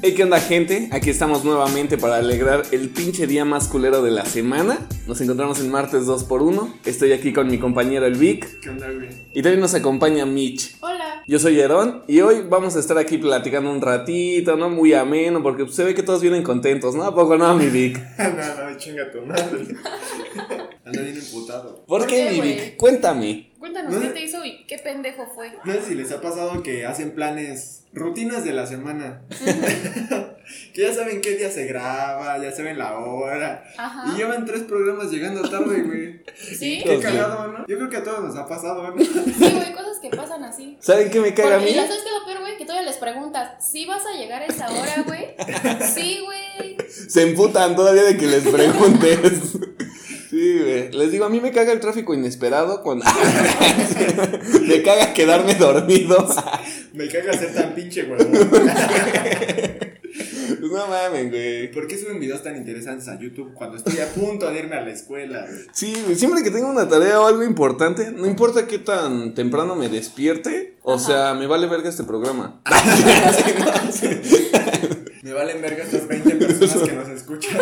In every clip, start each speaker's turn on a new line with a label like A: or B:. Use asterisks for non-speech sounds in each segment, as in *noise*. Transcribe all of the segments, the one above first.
A: Hey, ¿qué onda, gente? Aquí estamos nuevamente para alegrar el pinche día más culero de la semana. Nos encontramos en martes 2x1. Estoy aquí con mi compañero el Vic.
B: ¿Qué onda, *laughs* güey?
A: Y también nos acompaña Mitch.
C: Hola.
A: Yo soy Herón y hoy vamos a estar aquí platicando un ratito, ¿no? Muy ameno, porque se ve que todos vienen contentos, ¿no? ¿A poco no, mi Vic?
B: no, no, chinga tu madre. *laughs* Anda bien emputado.
A: ¿Por
C: ¿Por
A: qué,
C: qué,
A: mi
C: güey?
A: Vic? Cuéntame.
C: Cuéntanos qué te hizo y qué pendejo fue.
B: No sé si les ha pasado que hacen planes, rutinas de la semana. *laughs* que ya saben qué día se graba, ya saben la hora.
C: Ajá.
B: Y llevan tres programas llegando tarde, güey.
C: ¿Sí?
B: Qué cagado, ¿no? Yo creo que a todos nos ha pasado, ¿no? *laughs*
C: Sí, güey, cosas que pasan así.
A: ¿Saben qué me caga a
C: Porque,
A: mí?
C: y ya sabes que lo peor, güey, que todavía les preguntas, ¿sí vas a llegar a esa hora, güey? Sí, güey.
A: *laughs* Se emputan todavía de que les preguntes. *laughs* Sí, güey. Les digo, a mí me caga el tráfico inesperado
C: *laughs*
A: cuando... *laughs* me caga quedarme dormido.
B: Me caga ser tan pinche, güey.
A: Pues no mames, güey.
B: ¿Por qué suben videos tan interesantes a YouTube cuando estoy a punto de irme a la escuela? güey?
A: Sí, güey, siempre que tengo una tarea o algo importante, no importa qué tan temprano me despierte, o
C: Ajá.
A: sea, me vale verga este programa.
B: Me valen verga estas 20 personas que nos *laughs* escuchan.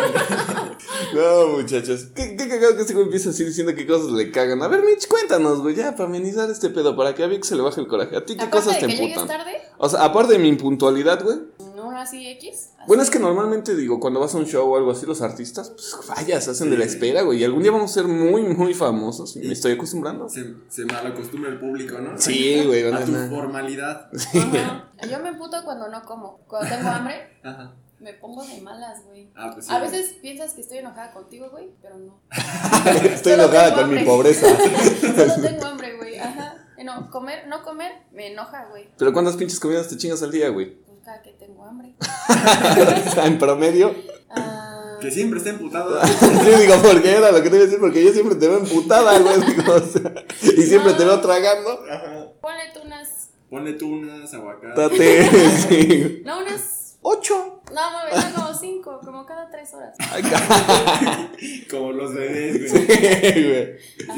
A: No, muchachos. Qué, qué cagado que este güey empieza así diciendo qué cosas le cagan. A ver, Mitch, cuéntanos, güey, ya, para amenizar este pedo, para que a Vic se le baje el coraje. ¿A ti qué
C: Aparte
A: cosas te
C: de que llegues
A: emputan?
C: tarde,
A: O sea, aparte de mi impuntualidad, güey.
C: no así X. así.
A: Bueno, es que normalmente digo, cuando vas a un show o algo así, los artistas, pues fallas, hacen de la espera, güey. Y algún día vamos a ser muy, muy famosos. Y me estoy acostumbrando.
B: Se, se malacostumbra el público, ¿no?
A: Sí, güey,
B: A
A: van *laughs*
B: tu
A: a-
B: formalidad.
C: Ajá. Yo me emputo cuando no como. Cuando tengo hambre,
B: Ajá.
C: me pongo de malas, güey.
B: Ah, pues sí.
C: A veces piensas que estoy enojada contigo, güey, pero no. *laughs*
A: Estoy
C: Solo
A: enojada
C: tengo
A: con mi
C: hambre.
A: pobreza.
C: Solo tengo hambre, güey. Ajá. No, comer, no comer, me enoja, güey.
A: Pero ¿cuántas pinches comidas te chingas al día, güey? *laughs*
C: Pues cada que tengo hambre.
A: O sea, en promedio.
C: Ah,
B: Que siempre está emputado.
A: Sí, digo, porque era lo que te iba a decir, porque yo siempre te veo emputada, güey. digo, o sea, y siempre te veo tragando.
B: Ajá.
C: ponle tú unas.
B: Ponle tú unas aguacates.
A: Tate, *laughs* sí.
C: No, unas.
A: Ocho.
C: No, mames, no, como cinco, como cada tres horas.
A: Ay, ca-
B: Como los bebés, güey.
A: güey.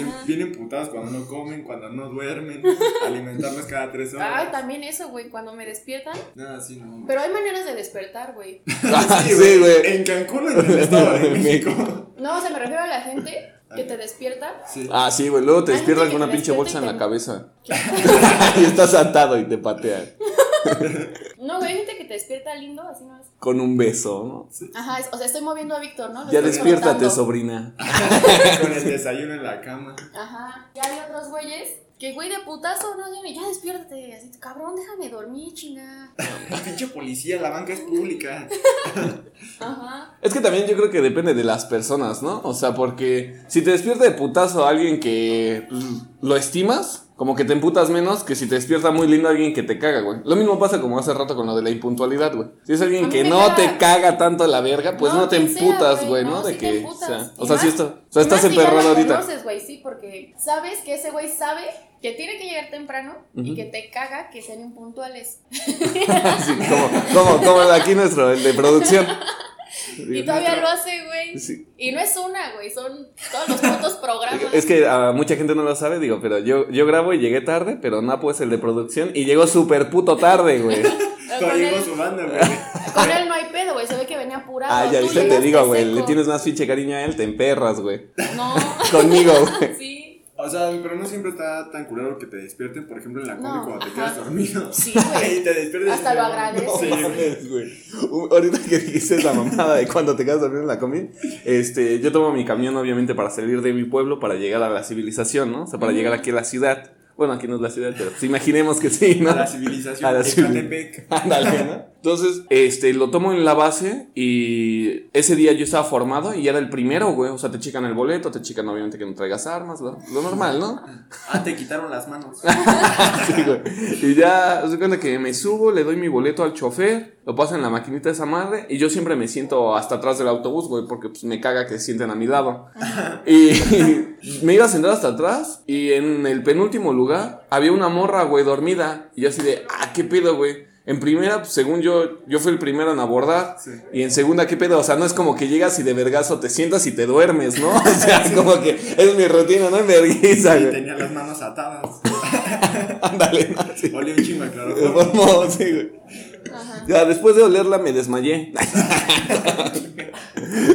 C: Ajá.
B: Bien emputados cuando no comen, cuando no
C: *laughs*
B: duermen. Alimentarlos cada tres horas.
C: Ay, también eso, güey, cuando me despiertan.
B: Nada, sí, no.
C: Pero hay maneras de despertar, güey.
A: Ah, Sí, güey.
B: En Cancún o en
A: *laughs*
B: el Estado de México.
C: No, o sea, me refiero a la gente que
A: *laughs*
C: te despierta.
B: Sí.
A: Ah, sí, güey. Luego te
C: Ay,
A: despiertan
C: gente
A: con
C: que
A: una
C: te
A: pinche bolsa
C: despierta
A: en
C: y
A: la
C: te-
A: cabeza. *laughs* Y estás atado y te patean.
C: No, güey, hay gente que te despierta lindo, así no es.
A: Con un beso, ¿no?
C: Ajá, es- o sea, estoy moviendo a Víctor, ¿no? Lo
A: Ya
C: estoy
A: despiértate,
C: soltando.
A: sobrina.
B: Con el desayuno en la cama.
C: Ajá. Ya hay otros güeyes que, güey, de putazo, no sé, ya despiértate. Así, cabrón, déjame dormir, chinga.
B: La pinche policía, la banca es pública.
C: Ajá.
A: Es que también yo creo que depende de las personas, ¿no? O sea, porque si te despierta de putazo alguien que pues, lo estimas, como que te emputas menos que si te despierta muy lindo alguien que te caga, güey. Lo mismo pasa como hace rato con lo de la impuntualidad, güey. Si es
C: A
A: alguien
C: mí
A: que
C: me
A: no
C: caga.
A: te caga tanto la verga, pues no,
C: No,
A: te
C: quien sea,
A: emputas,
C: güey,
A: güey, ¿no?
C: no,
A: De
C: sí te
A: que. o
C: emputas.
A: sea,
C: Y
A: o sea,
C: más-
A: si esto. O sea,
C: Y más
A: estás
C: si ya
A: emperrado
C: lo
A: ahorita.
C: conoces, güey, sí, porque sabes que ese güey sabe que tiene que llegar temprano
A: Ujú.
C: y que te caga que sean impuntuales.
A: Así como, como, como el de aquí nuestro, el de producción.
C: *laughs* Y todavía lo hace, güey.
A: Sí.
C: Y no es una, güey, son todos los putos programas.
A: *laughs* Es que a mucha gente no lo sabe, digo, pero yo, yo grabo y llegué tarde, pero Napo es el de producción y llegó súper puto tarde,
C: *laughs*
A: güey.
C: Pero
B: Pero
C: con,
B: llegó
C: él,
B: su banda, güey.
C: con él no hay pedo, güey, se ve que venía apurado.
A: Ah, ya
C: tú
A: viste, te
C: llegaste
A: digo, güey, le
C: seco.
A: tienes más pinche cariño a él, te emperras, güey. *laughs*
C: No,
A: Conmigo,
C: *laughs*
A: güey.
C: sí.
B: O sea, pero no siempre está tan culero que te despierten, por ejemplo, en la combi
C: No,
B: cuando te
C: ajá.
B: quedas dormido.
C: Sí,
B: Y
C: güey.
B: te despiertes.
C: Hasta lo
B: agradezco.
C: agradeces.
A: Mames, güey. U- Ahorita que dijiste la mamada de cuando te quedas dormido en la combi, este, yo tomo mi camión obviamente para salir de mi pueblo, para llegar a la civilización, ¿no? O sea, para llegar aquí a la ciudad. Bueno, aquí no es la ciudad, pero pues, imaginemos que sí, ¿no?
B: A la civilización
A: A la
B: de
A: civil-
B: Catepec.
A: *laughs* Ándale, ¿no? Entonces, este, lo tomo en la base y ese día yo estaba formado y era el primero, güey. O sea, te checan el boleto, te checan obviamente que no traigas armas, lo, lo normal, ¿no?
B: Ah, te quitaron
A: *laughs*
B: las manos.
A: Sí, güey. Y ya, se cuenta que me subo, le doy mi boleto al chofer, lo paso en la maquinita de esa madre y yo siempre me siento hasta atrás del autobús, güey, porque pues, me caga que se sienten a mi lado. Y *laughs* me iba a sentar hasta atrás y en el penúltimo lugar había una morra, güey, dormida. Y yo así de, ah, qué pedo, güey. En primera, pues, según yo, yo fui el primero en abordar.
B: Sí.
A: Y en segunda, ¿qué pedo? O sea, no es como que llegas y de vergazo te sientas y te duermes, ¿no? *laughs* O sea, como que es mi rutina, no es vergüenza,
B: Y
A: güey.
B: tenía las manos atadas.
A: Ándale, no, sí. *laughs*
B: Olía un chingo, claro.
A: Formó, Eh, sí, güey.
C: Ajá.
A: Ya, después de olerla me desmayé.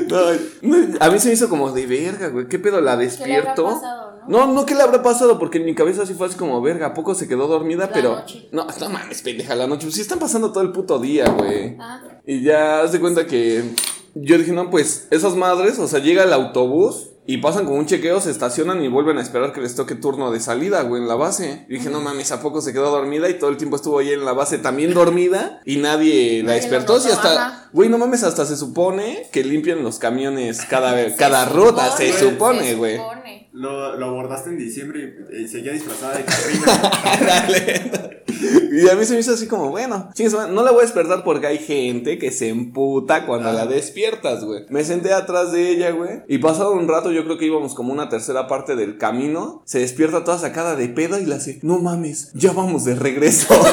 A: No, no, a mí se me hizo como de verga, güey. ¿Qué pedo? ¿La
C: ¿Qué le habrá
A: despierto?
C: pasado, no?
A: No, no, ¿qué le habrá pasado? Porque en mi cabeza sí fue así como, verga, ¿a poco se quedó dormida?
C: La
A: pero.
C: noche.
A: No, no mames, pendeja, la noche. Si están pasando todo el puto día, güey.
C: Ah,
A: Y ya haz de cuenta que yo dije, no, pues esas madres, o sea, llega el autobús y pasan con un chequeo, se estacionan y vuelven a esperar que les toque turno de salida, güey, en la base. Y dije, no mames, ¿a poco se quedó dormida? Y todo el tiempo estuvo ahí en la base también dormida y nadie la
C: Nadie
A: despertó.
C: la
A: Si
C: notó,
A: hasta,
C: ajá.
A: güey, no mames, hasta se supone que limpian los camiones cada, cada ruta, *laughs* se
B: supone,
A: supone, güey.
C: supone.
B: Lo, lo abordaste en diciembre y, y seguía disfrazada
A: *laughs*
B: de Catrina.
A: Dale. Y a mí se me hizo así como, bueno, chingue su madre, no la voy a despertar porque hay gente que se emputa cuando la despiertas, güey. Me senté atrás de ella, güey. Y pasado un rato, yo creo que íbamos como una tercera parte del camino. Se despierta toda sacada de pedo y la hace, no mames, ya vamos de regreso. *laughs*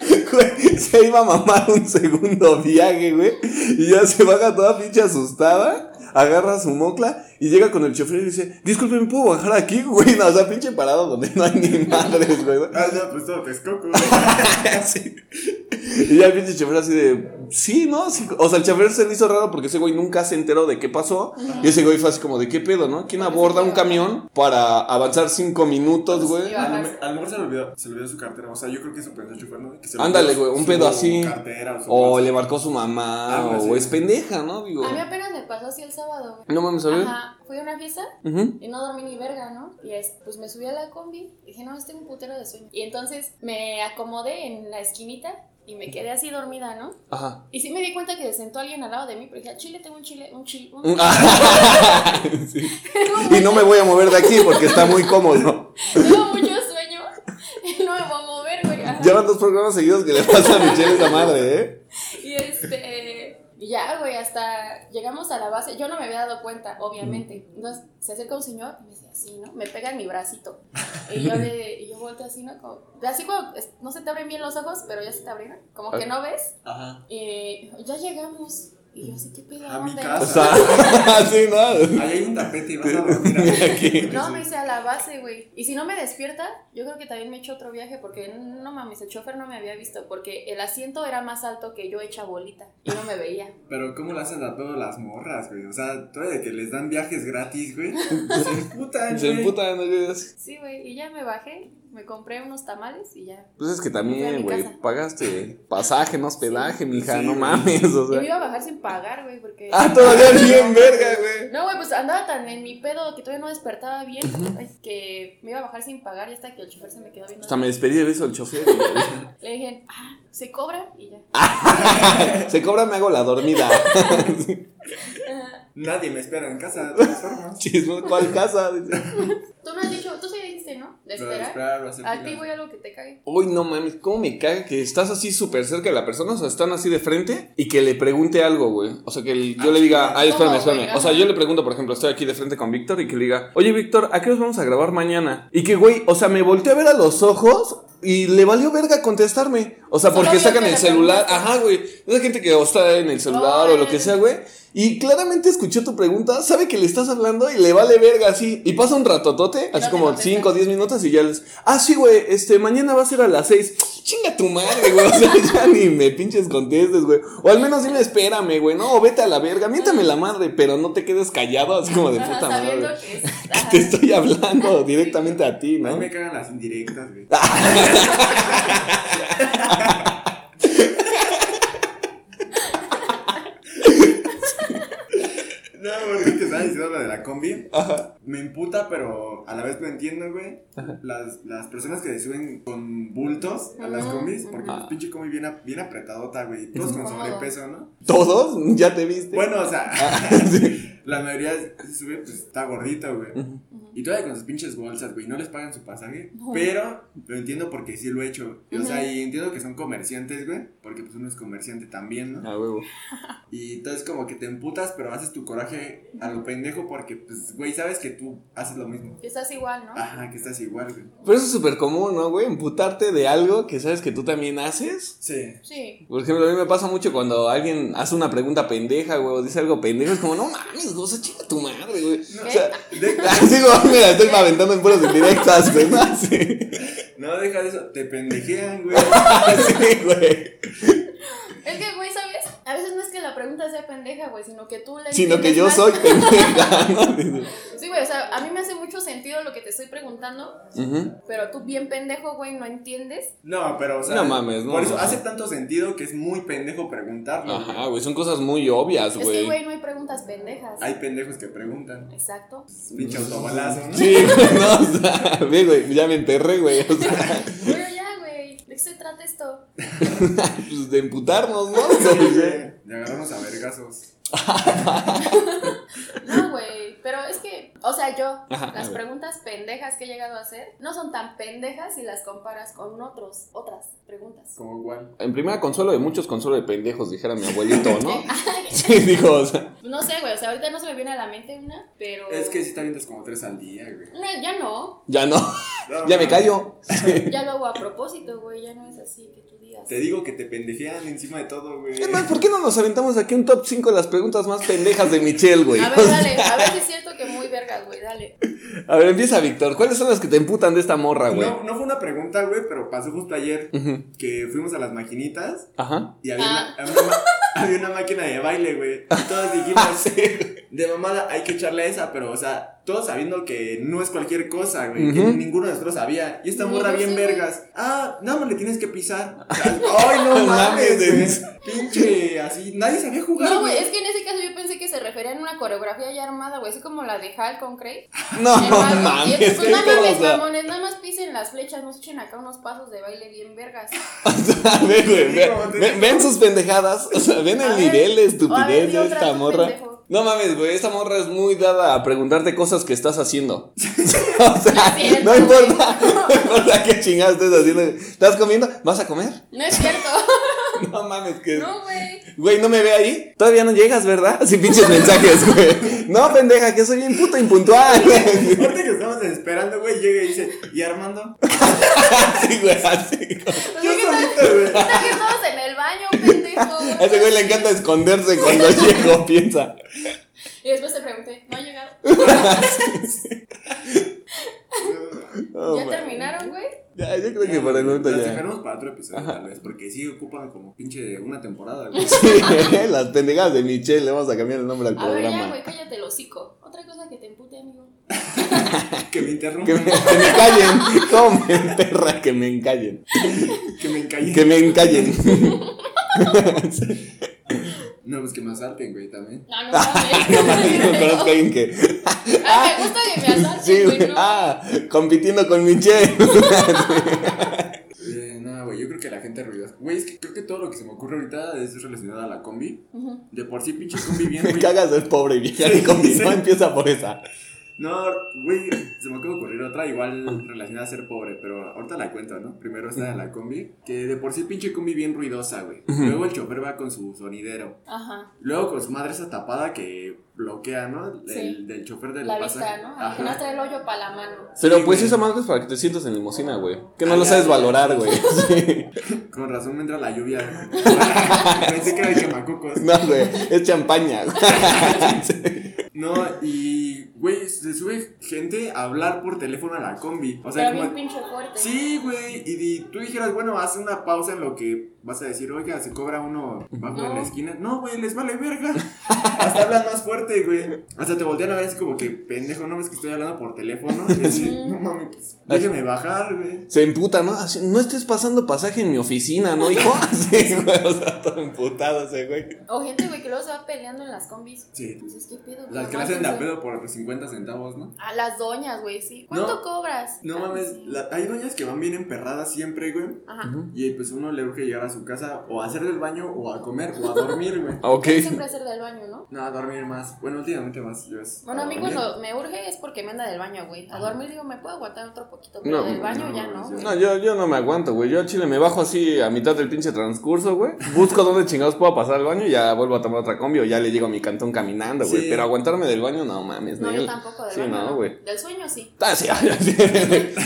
A: Güey, se iba a mamar un segundo viaje, güey. Y ya se baja toda pinche asustada. Agarra su mocla y llega con el chofer y dice: Disculpe, ¿me puedo bajar aquí, güey? *laughs* No, o sea, pinche parado donde no hay ni madres, güey. ¿no?
B: ah, no, pues todo
C: *laughs*
B: Texcoco.
A: Sí. Y ya el pinche chofer así de. Sí, ¿no? Sí". O sea, el chofer se le hizo raro porque ese güey nunca se enteró de qué pasó. Y ese güey fue así como de qué pedo, ¿no? ¿Quién aborda un camión para avanzar cinco minutos,
C: Pues
A: güey?
C: ah.
B: A lo, me- a lo mejor se le, olvidó, se le olvidó su cartera. O sea, yo creo que eso pensó el chofer, ¿no? Que se le
A: Ándale,
B: olvidó
A: güey, un
B: su
A: pedo así.
B: cartera o su
A: O
B: bolsa.
A: le marcó su mamá,
B: Algo así.
A: o es pendeja, ¿no? Digo.
C: A mí apenas me pasó así el sábado, güey.
A: No mames, a ver.
C: Ajá, fui a una fiesta
A: Ujú.
C: y no dormí ni verga, ¿no? Y es- pues me subí a la combi y dije, no, tengo un putero de sueño. Y entonces me acomodé en la esquinita y me quedé así dormida, ¿no?
A: Ajá.
C: Y sí me di cuenta que se sentó alguien al lado de mí, pero dije, "Ah, chile, tengo un chile, un chile,
A: *laughs*
C: un
A: Sí.
C: *laughs*
A: Y no me voy a mover de aquí porque está muy cómodo.
C: Tengo mucho sueño *laughs* y no me voy a mover, güey. Ajá.
A: Ya van dos programas seguidos que le pasa a Michelle esa madre, ¿eh?
C: Y este. Y ya, güey, hasta llegamos a la base. Yo no me había dado cuenta, obviamente.
A: Mm.
C: Entonces se acerca un señor y me dice así, ¿no? Me pega en
A: *laughs*
C: mi bracito. Y yo, le, y yo volteo así, ¿no? Como, así cuando es- no se te abren bien los ojos, pero ya se te abrieron. Como
A: Ah.
C: que no ves.
B: Ajá.
C: Y ya llegamos. Y yo así, ¿qué pedo?
B: A mi
C: ¿Dónde?"
B: casa.
A: O sea, *laughs* así, ¿no?
B: Ahí hay un tapete y
A: *laughs*
B: vas a dormir
A: Aquí.
C: No, me hice a la base, güey. Y si no me despierta, yo creo que también me echo otro viaje porque no mames, el chofer no me había visto porque el asiento era más alto que yo hecha bolita y no
A: *laughs*
C: me veía.
B: Pero ¿cómo lo hacen a todas las morras, güey? O sea, todavía que les dan viajes gratis, güey.
A: *laughs*
B: Se emputan,
A: Se
B: güey.
A: emputan, ¿no?
C: Sí, güey, y ya me bajé, me compré unos tamales y ya.
A: Pues es que
C: Fui a
A: también,
C: mi
A: güey,
C: casa.
A: pagaste pasaje, no hospedaje, mija,
B: Sí,
A: no
B: güey.
A: mames, o
C: Y me
A: sea.
C: iba a bajar sin pagar, güey, porque...
A: Ah, todavía bien verga, güey.
C: No, güey, pues andaba tan en mi pedo que todavía no despertaba bien ay, que me iba a bajar sin pagar y hasta que el chofer se me quedó viendo.
A: Hasta me despedí de beso del chofer. güey.
C: Le dije, ah, se cobra y ya.
A: Se cobra, me hago la dormida. *laughs*
B: Nadie me espera en casa, de
A: *laughs*
B: todas formas.
A: Chismo, ¿cuál casa? Dice.
C: Tú me has dicho, tú sí dijiste, ¿no? De
B: Pero
C: esperar.
B: esperar, hacer
C: A
B: filas.
C: ti, güey, algo que te cague.
A: Uy, no mames, ¿cómo me caga que estás así súper cerca de la persona? O sea, están así de frente y que le pregunte algo, güey. O sea, que el-
C: Ah,
A: yo le diga, ay, espérame, espérame. O sea, yo le pregunto, por ejemplo, estoy aquí de frente con Víctor y que le diga, oye, Víctor, ¿a qué nos vamos a grabar mañana? Y que, güey, o sea, me volteé a ver a los ojos y le valió verga contestarme. O sea,
C: Solo
A: porque
C: vio
A: sacan
C: que
A: el
C: le
A: celular.
C: preguntaste.
A: Ajá, güey. Esa gente que o está en el celular o lo que
C: Ay.
A: sea, güey. Y claramente escuchó tu pregunta, sabe que le estás hablando y le vale verga así. Y pasa un ratotote, así
C: te
A: como
C: contesta.
A: 5 o 10 minutos y ya les. Ah, sí, güey, este, mañana va a ser a las 6. Chinga tu madre, güey. O sea, *laughs* ya ni me pinches contestes, güey. O al menos dime, espérame, güey, no, o vete a la verga, miéntame la madre, pero no te quedes callado, así como de
C: Ajá,
A: puta madre. *laughs*
C: sabiendo
A: güey.
C: que es...
A: Que
C: ajá.
A: te estoy
C: *laughs*
A: hablando directamente a ti,
B: A
A: ¿no?
B: mí me cagan las indirectas, güey. *laughs* No, güey, que estaba diciendo lo de la combi. Me emputa, pero a la vez lo entiendo, güey. Las, las personas que se suben con bultos a las
C: Ajá,
B: combis, porque
A: ajá.
B: pues pinche combi bien, a- bien apretadota, güey. Todos con
C: Incómodo.
B: sobrepeso, ¿no?
A: ¿Todos? ¿Ya te viste? *laughs*
B: Bueno, o sea,
A: Ah.
B: *laughs* la mayoría se sube, pues está gordito, güey.
A: Ujú.
B: Y todavía con sus pinches bolsas, güey, no les pagan su pasaje.
C: No.
B: Pero lo entiendo porque sí lo he hecho. Y, O sea,
C: Ujú.
B: y entiendo que son comerciantes, güey. Porque pues uno es comerciante también, ¿no?
A: A huevo.
B: Y entonces como que te emputas, pero haces tu coraje a lo pendejo porque, pues, güey, sabes que tú haces lo mismo.
C: Que estás igual, ¿no?
A: Ah.
B: Ajá, que estás igual, güey.
A: Pero eso es súper común, ¿no, güey? Emputarte de algo que sabes que tú también haces.
B: Sí.
C: Sí.
A: Por ejemplo, a mí me pasa mucho cuando alguien hace una pregunta pendeja, güey, o dice algo pendejo, es como, no mames, güey, o sea, chinga tu madre, güey.
B: No,
A: O sea, *laughs*
B: de- *laughs*
A: así como, mira, estoy aventando en puras indirectas, güey, ¿no? Así,
B: no deja de eso, te pendejean, güey.
A: así, güey.
C: que la pregunta sea pendeja, güey, sino que tú la
A: Sino que
C: entiendes
A: yo soy
C: mal. *laughs*
A: pendeja, ¿no? Dices,
C: Sí, güey, o sea, a mí me hace mucho sentido lo que te estoy preguntando,
A: ujú.
C: pero tú bien pendejo, güey, no entiendes.
B: No, pero, o sea.
A: No mames, no,
B: Por eso
A: no.
B: hace tanto sentido que es muy pendejo preguntarlo. güey.
A: Ajá, güey, son cosas muy obvias,
C: Es que,
A: güey.
C: güey, no hay preguntas pendejas.
B: Hay pendejos que preguntan.
C: Exacto.
B: Pinche autobalazo, ¿no?
A: Sí, güey, *laughs* no, o sea, ve, güey, ya me enterré, güey, o sea, *laughs*
C: Bueno, ya, güey, ¿de qué se trata esto?
A: pues de emputarnos, ¿no?
B: Sí, güey. Le agarramos a vergazos.
C: No, güey, pero es que, o sea, yo,
A: Ajá, a
C: las
A: ver.
C: preguntas pendejas que he llegado a hacer no son tan pendejas si las comparas con otros, otras preguntas.
B: Como igual.
A: En primera, consuelo de muchos, consuelo de pendejos, dijera mi abuelito,
C: *laughs*
A: ¿no? Sí, dijo, o sea,
C: No sé, güey, o sea, ahorita no se me viene a la mente una, pero...
B: Es que sí te avientas como tres al día, güey.
C: No, ya no,
A: ya no,
B: No,
A: ya me
B: no.
A: callo.
C: ya lo hago a propósito, güey, ya no es así que tú digas.
B: Te digo que te pendejean encima de todo, güey.
A: Es más, ¿por qué no nos aventamos aquí un top 5 de las preguntas más pendejas de Michelle, güey?
C: A
A: O
C: ver,
A: sea,
C: dale, a ver si es cierto que muy vergas, güey,
A: *laughs*
C: dale.
A: a ver, empieza, Víctor. ¿Cuáles son las que te emputan de esta morra, güey?
B: No, no fue una pregunta, güey, pero pasó justo ayer
A: Ujú.
B: que fuimos a las maquinitas
A: Ajá.
B: y había,
C: Ah.
B: una, había, una, había una máquina de baile, güey. Y todos
A: Ah,
B: dijimos, de mamada, hay que echarle a esa, pero, o sea, todos sabiendo que no es cualquier cosa, güey, que
A: Ujú.
B: ninguno de nosotros sabía. Y esta
C: Ni
B: morra
C: yo
B: bien
C: sé,
B: vergas. Ah, nada más le tienes que pisar. Ay,
A: *laughs*
B: no mames, güey. Pinche, así, nadie sabía jugar.
C: No, güey, es que en ese caso yo pensé que se refería a una coreografía ya armada, güey, así como la de Hal con Craig.
A: *laughs* No,
C: Pero algo- y
A: mames.
C: entonces, pues, no
A: ¿cómo,
C: mames,
A: o sea?
C: mamones, nada más pisen las flechas, nos echen acá unos pasos de baile bien vergas.
A: *laughs* A ver, güey, ve-
B: Digo, te
A: ve-
B: digo.
A: ven sus pendejadas, o sea, ven
C: A
A: el
C: ver,
A: nivel de
C: a ver,
A: estupidez
C: di
A: de
C: otra,
A: esta
C: tú,
A: morra.
C: pendejo.
A: No mames, güey, esta morra es muy dada a preguntarte cosas que estás
C: *laughs*
A: haciendo. *laughs* o sea,
C: No es cierto,
A: no importa, *laughs* no importa qué chingados estés haciendo. ¿Estás comiendo? ¿Vas a comer?
C: No
A: *laughs*
C: es cierto.
A: No mames, que...
C: No, güey.
A: Güey, no me ve ahí. Todavía no llegas, ¿verdad? *laughs* Sin pinches mensajes, güey. No, pendeja, que soy bien puto impuntual.
B: Aparte que estamos esperando, güey, llega y dice, ¿y Armando?
A: *laughs* Así, güey, así. güey.
C: Pues,
B: Yo
C: ¿qué tal-
B: solito, güey.
C: qué tal que estamos en el baño, pendejo.
A: A *laughs* ese güey le encanta esconderse cuando *laughs* llego, piensa.
C: Y después te pregunté, ¿no ha llegado?
A: No,
C: ¿Ya
A: man.
C: terminaron, güey?
A: Ya, yo creo que por el momento
B: Las
A: ya.
B: dejaremos para otro episodio, tal vez, porque sí ocupan como pinche una temporada,
A: *laughs*
B: güey.
A: Sí, las pendejadas de Michelle, le vamos a cambiar el nombre al
C: A ver, ya,
A: programa.
C: güey, cállate el hocico. Otra cosa que te empute, amigo.
B: que me
A: que, me,
B: interrumpan,
A: que me callen, ¿cómo me enterra que me encallen?
B: que me encallen.
A: Que me
C: *laughs*
A: encallen.
B: No, pues que me asalten, güey, también.
A: *laughs*
C: No,
A: no
C: no,
A: mames, yo
C: mames.
A: conozco a alguien que.
C: Ay, Ah, me gusta que
A: *laughs*
C: me
A: Sí,
C: asalten,
A: güey.
C: güey, no.
A: Ah, compitiendo con Michelle. *laughs*
B: Eh, no, güey, yo creo que la gente ruidosa. Güey, es que creo que todo lo que se me ocurre ahorita es relacionado a la combi.
C: Ujú.
B: De por sí, pinche combi
A: *laughs*
B: bien,
A: Me
B: güey.
A: cagas ser pobre vieja
B: Sí,
A: de combi,
B: sí.
A: no empieza por esa.
B: No, güey, se me acaba de ocurrir otra, igual relacionada a ser pobre, pero ahorita la cuento, ¿no? Primero está la combi, que de por sí pinche combi bien ruidosa, güey. Luego el chofer va con su sonidero.
C: Ajá.
B: Luego con su madre esa tapada que bloquea, ¿no? El,
C: Sí.
B: Del chofer del
C: La
B: pasaje.
C: vista, ¿no? Ajá. Que no trae el hoyo para la mano.
A: Pero
B: Sí,
A: pues
B: güey.
A: esa madre es para que te sientas en limosina, güey. Que no
B: Ah,
A: lo
B: ya,
A: sabes
B: ya.
A: valorar, güey. *laughs* Sí.
B: Con razón me entra la lluvia. güey. *laughs* Pensé que era el quemacocos.
A: No, güey, es champaña. güey. *laughs*
B: No, y, güey, se sube gente a hablar por teléfono a la combi. O sea,
C: Pero bien
B: como.
C: pinche fuerte.
B: Sí, güey, y di- tú dijeras, bueno, haz una pausa en lo que vas a decir, oiga, se cobra uno bajo en la
C: No.
B: esquina. No, güey, les vale verga. *laughs* Hasta hablan más fuerte, güey. Hasta te voltean a ver así como que, pendejo, no ves que estoy hablando por teléfono. Y así, no mames, pues, déjame bajar, güey.
A: Se emputa, ¿no? Así, no estés pasando pasaje en mi oficina, ¿no, hijo? *laughs* Sí, güey, o sea, todo emputado ese güey.
C: O gente, güey, que luego se va peleando en las combis.
B: Sí.
C: Dices, ¿qué pedo? güey?
B: Las que
C: No
B: le hacen de a
C: mames,
B: pedo por 50 centavos, ¿no?
C: A las doñas, güey, sí. ¿Cuánto
B: No.
C: cobras?
B: No
C: Ah,
B: mames,
C: sí.
B: la- hay doñas que van bien emperradas siempre, güey. *laughs*
C: Ajá.
B: Y pues uno le urge llegar a su casa o a hacer del baño o a comer o a dormir, güey.
A: Ok.
C: Siempre hacer del baño, ¿no?
B: No, a dormir más. Bueno, últimamente más. Yo es-
C: Bueno, a mí
B: dormir.
C: cuando me urge es porque me anda del baño, güey. A dormir digo, me puedo aguantar otro poquito,
A: No,
C: pero del baño
B: no,
C: ya
B: no,
C: no.
B: sí.
C: güey.
A: No, yo, yo no me aguanto, güey. Yo al chile me bajo así a mitad del pinche transcurso, güey. Busco dónde chingados puedo pasar al baño y ya vuelvo a tomar otra combi o ya le llego a mi cantón caminando, güey.
B: Sí.
A: Pero aguantarme del baño, no mames,
C: No,
A: Nel.
C: yo tampoco del
A: Sí,
C: baño.
A: no,
C: ¿no?
A: güey.
C: Del sueño sí.
A: Ah, sí, *laughs* sí.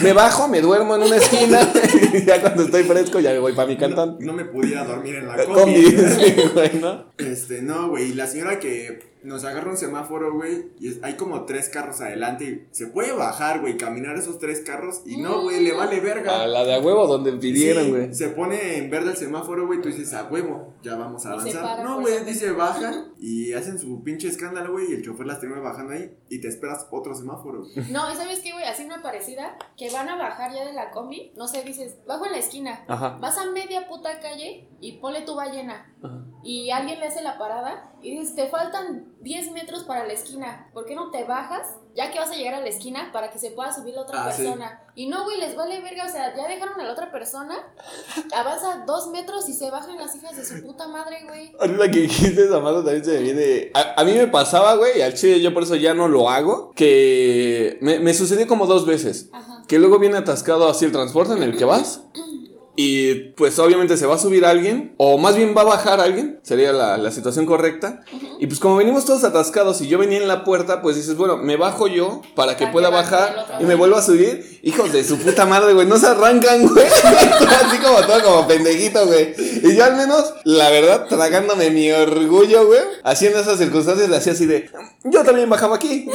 A: me bajo, me duermo en una esquina *laughs* y ya cuando estoy fresco ya me voy para mi
B: no,
A: cantón. Eh, *laughs*
B: *laughs* no me pudiera dormir en la combi.
A: Combi, sí, güey, ¿no?
B: Este, no, güey. Y la señora que Nos agarra un semáforo, güey, y es- hay como tres carros adelante. y se puede bajar, güey, caminar esos tres carros. Y no, güey, le vale verga.
A: A la de a huevo donde pidieron,
B: Sí,
A: güey.
B: Se pone en verde el semáforo, güey. Tú dices, a huevo, ya vamos a
C: Y se
B: avanzar.
C: para pues,
B: No,
C: por
B: güey,
C: saber.
B: dice baja. Y hacen su pinche escándalo, güey. Y el chofer las termina bajando ahí. Y te esperas otro semáforo. güey.
C: No, y sabes qué, güey, así una parecida, que van a bajar ya de la combi, no sé, dices, bajo en la esquina,
A: Ajá.
C: vas a media puta calle y ponle tu ballena.
A: Ajá.
C: Y alguien le hace la parada y dices, te faltan 10 metros para la esquina, ¿por qué no te bajas? Ya que vas a llegar a la esquina para que se pueda subir la otra
B: Ah, sí.
C: persona. Y no, güey, les vale verga, o sea, ya dejaron a la otra persona, avanza dos metros y se bajan las hijas de su puta madre, güey.
A: Ahorita que dijiste esa madre también se me viene. A, a mí me pasaba, güey, y al chile yo por eso ya no lo hago. Que me, me sucedió como dos veces.
C: Ajá.
A: Que luego viene atascado así el transporte en el que vas. Y pues obviamente se va a subir alguien, o más bien va a bajar alguien, sería la, la situación correcta. Y pues como venimos todos atascados y yo venía en la puerta, pues dices, bueno, me bajo yo para que
C: Para que
A: pueda
C: baje el
A: bajar
C: otro.
A: y me vuelvo a subir. Hijos de su puta madre, güey, no se arrancan, güey. *laughs* Así como todo, como pendejito, güey. Y yo al menos, la verdad, tragándome mi orgullo, güey, haciendo esas circunstancias, le hacía así de, yo también bajaba aquí. *laughs*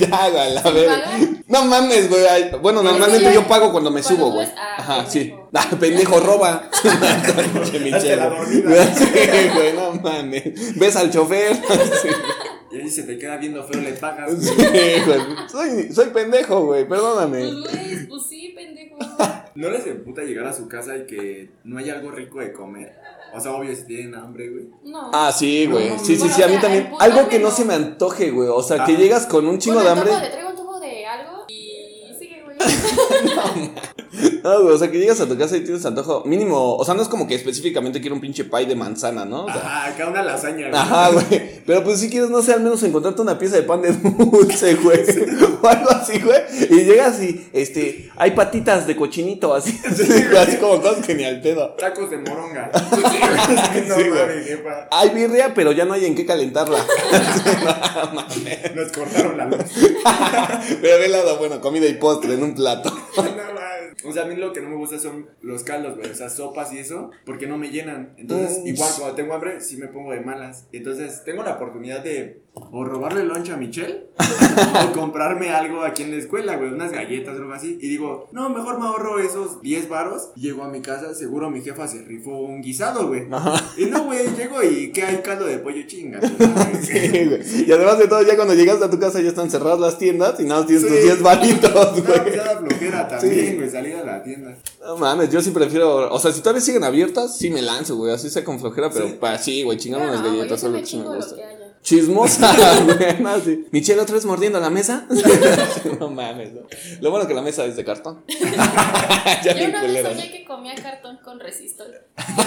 A: ya, güey, a la verga.
C: pagan?
A: No mames, güey. ay, Bueno,
C: Pero es que
A: normalmente
C: ya-
A: yo pago cuando me
C: Cuando
A: subo,
C: tú
A: güey.
C: ves- ah,
A: Ajá,
C: pendejo.
A: sí. Ah, pendejo,
C: *laughs*
A: roba. *laughs* Pinche
B: Hazte la
A: Michelle.
B: dormida.
A: *laughs* Sí, güey, no mames. Ves al chofer. *laughs* Sí,
B: Y ahí se te queda viendo feo, le pagas. güey.
A: *laughs* sí, güey. Soy, soy pendejo, güey,
C: Pues,
A: perdóname.
C: güey, pues sí, pendejo.
B: ¿No les emputa llegar a su casa y que no hay algo rico de comer? O sea, obvio, si tienen hambre, güey.
C: No.
A: Ah, sí, güey. Sí, sí,
C: Bueno,
A: sí, a
C: o
A: mí
C: sea,
A: también.
C: el puto
A: Algo que no
C: menos.
A: se me antoje, güey. O sea, que
B: Ajá.
A: llegas con un chingo
C: Ponme
A: de
C: un
A: hambre.
C: Topo, le traigo un topo de algo y sigue, güey.
A: No, Ah, güey, o sea, que llegas a tu casa y tienes antojo mínimo. O sea, no es como que específicamente quiero un pinche pie de manzana, ¿no? O sea,
B: Ajá, acá una lasaña, güey.
A: Ajá, güey. Pero pues si quieres, no sé, al menos encontrarte una pieza de pan de dulce, güey. *laughs* O algo así, güey. Y llegas y, este, hay patitas de cochinito,
C: *laughs*
A: así. así como cosas que ni al pedo.
B: Tacos
A: *laughs*
B: de moronga. Sí, güey. No
A: Sí, güey.
B: mames, jefa.
A: Hay birria, pero ya no hay en qué calentarla. *laughs*
B: Nos cortaron la luz.
A: Pero ve lado, bueno, comida y postre en un plato.
B: *laughs* No mames. O sea, a mí lo que no me gusta son los caldos, güey. O sea, sopas y eso, porque no me llenan. Entonces,
A: Mm.
B: igual cuando tengo hambre, sí me pongo de malas. Entonces, tengo la oportunidad de o robarle lunch a Michelle *laughs* o comprarme algo aquí en la escuela, güey, unas galletas o algo así. Y digo, no, mejor me ahorro esos 10 varos. Llego a mi casa, seguro mi jefa se rifó un guisado, güey. Y no, güey, llego y ¿qué hay caldo de pollo chinga?
A: *laughs* Sí, güey. Y además de todo, ya cuando llegas a tu casa ya están cerradas las tiendas y nada más tienes
B: Sí.
A: tus 10 varitos,
B: *laughs* No, pues
A: güey.
B: ya da flojera
A: Sí.
B: también, güey, salir a la tienda.
A: No mames, yo sí prefiero. O sea, si todavía siguen abiertas, sí me lanzo, güey. Así sea con flojera, pero
B: Sí.
A: para sí, güey,
C: No,
A: chingame
C: no,
A: unas
C: güey,
A: galletas,
C: yo
A: algo
C: me
A: que sí me
C: chingo lo
A: gusta.
C: que haya.
A: Chismosa,
C: *laughs*
A: güey, no, sí. Michelle, otra vez mordiendo la mesa. *laughs* no mames, ¿no? Lo bueno que la mesa es de cartón. *laughs* ya
C: Yo
A: bien
C: una vez
A: culera.
C: soñé que comía cartón con resistor.
A: ¿no?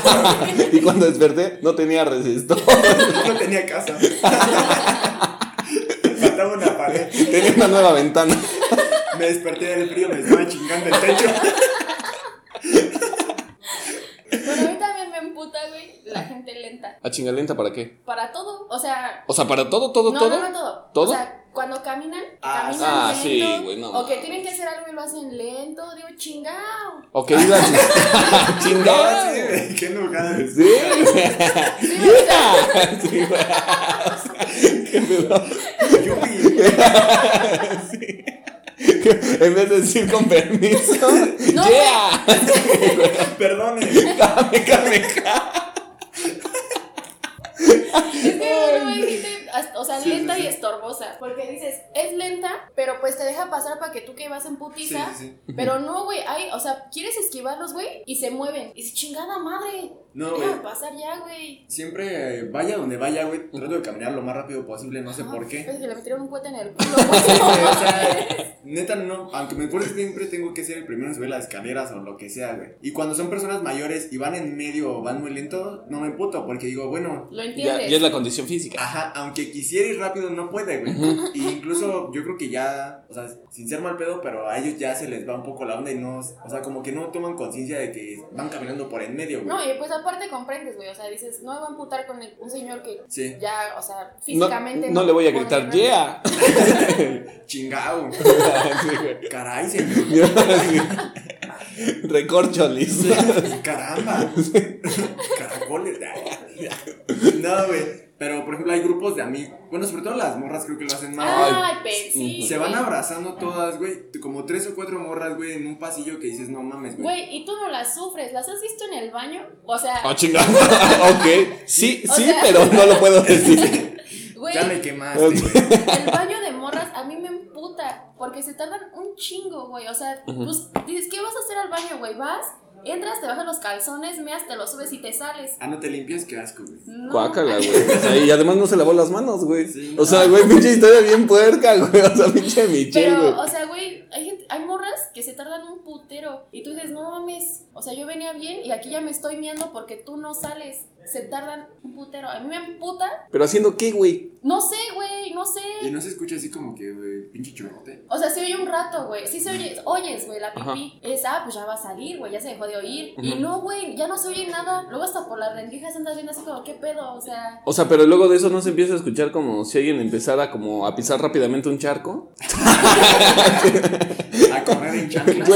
A: Y cuando desperté, no tenía resistor. *laughs*
B: *laughs* No tenía casa. Faltaba una pared.
A: tenía una nueva ventana.
B: Me desperté del frío, me estaba chingando el techo.
C: Pero a mí también me emputa, güey, la gente lenta.
A: ¿A chingalenta para qué?
C: Para todo, o sea...
A: O sea, para todo, todo,
C: No,
A: todo.
C: no, no todo.
A: ¿Todo?
C: O sea, cuando caminan,
B: Ah,
C: caminan
A: ah, sí,
C: lento.
A: güey, no.
C: O que tienen que hacer algo y lo hacen lento. Digo,
A: *laughs*
C: chingao.
A: Ok, iba a
B: Ah,
A: chingar.
B: sí, güey, *laughs* qué enojada.
A: Sí, güey.
C: Sí, o sea,
A: Yeah. *laughs* Sí, güey. Qué pedo.
B: *laughs* Yupi.
A: En vez de decir con permiso.
C: No,
A: *laughs* yeah.
B: Perdone.
A: Dame, dame,
C: Es que uno ve gente, hasta- o sea, lenta y estorbosa. Porque dices, es lenta, pero pues te deja pasar para que tú que vas en putiza.
B: Sí, sí,
C: Pero no, güey, hay, o sea, quieres esquivarlos, güey, y se mueven. Y dices, chingada madre.
B: No, güey.
C: Déjame pasar ya, güey.
B: Siempre eh, vaya donde vaya, güey. Trato de caminar lo más rápido posible, no sé por qué.
C: Ah, Es que le metieron un cohete en el
B: Sí,
C: culo. *laughs*
B: *laughs* güey, *laughs* o sea, neta, no. Aunque me acuerdo siempre tengo que ser el primero en subir las escaleras o lo que sea, güey. Y cuando son personas mayores y van en medio o van muy lento, no me puto porque digo, bueno,
C: Lo
A: Ya,
C: entiendes.
A: ya es la condición física.
B: Ajá, aunque quisiera ir rápido, no puede, güey. Y incluso yo creo que ya, o sea, sin ser mal pedo, pero a ellos ya se les va un poco la onda y no, o sea, como que no toman conciencia de que van caminando por en medio, güey.
C: No, y pues aparte comprendes, güey. O sea, dices, no me voy a amputar con el- un señor que
B: Sí,
C: ya, o sea,
A: No,
C: físicamente.
A: no le voy a gritar,
C: puede, ¿no?
A: yeah.
B: *laughs* chingao.
A: *laughs* Sí, güey.
B: Caray, señor.
A: Mira, así. Recorcholis.
B: Caramba. Caracoles. ay. No, güey. Pero, por ejemplo, hay grupos de amigos. Bueno, sobre todo las morras creo que lo hacen más.
C: Ay, pe- sí,
B: Se van
C: güey.
B: abrazando todas, güey. Como tres o cuatro morras, güey, en un pasillo que dices, no mames, güey.
C: Güey, y tú no las sufres, ¿las has visto en el baño? O sea,
A: Oh, chingada. *laughs* ok. Sí,
C: O
A: sí,
C: sea-
A: pero no lo puedo decir.
C: güey,
B: Ya me quemaste.
C: el baño de morras a mí me emputa porque se tardan un chingo, güey. O sea,
A: Ujú.
C: pues dices, ¿qué vas a hacer al baño, güey? Vas, entras, te bajas los calzones, meas, te los subes y te sales.
B: ah, no te limpias, qué asco, güey.
C: *laughs* No.
A: Cuácala, güey. O sea, y además no se lavó las manos, güey.
B: Sí.
A: O sea, güey, pinche historia bien puerca, güey. O sea, pinche Michelle, güey.
C: Pero, o sea, güey, hay, gente- hay morras que se tardan un putero. Y tú dices, no mames. O sea, yo venía bien y aquí ya me estoy miando porque tú no sales. Se tardan un putero. A mí me emputa.
A: Pero haciendo qué, güey.
C: No sé, güey, no sé.
B: Y no se escucha así como que, güey, pinche churrote.
C: O sea, se oye un rato, güey. Sí se oye, oyes, güey, la pipí. Esa, pues ya va a salir, güey, ya se dejó de oír. Y
A: Ujú.
C: no, güey, ya no se oye nada. Luego hasta por las rendijas andas viendo así como, ¿qué pedo? O sea,
A: O sea, pero luego de eso no se empieza a escuchar como si alguien empezara como a pisar rápidamente un *laughs* charco.
B: A correr en chanclas.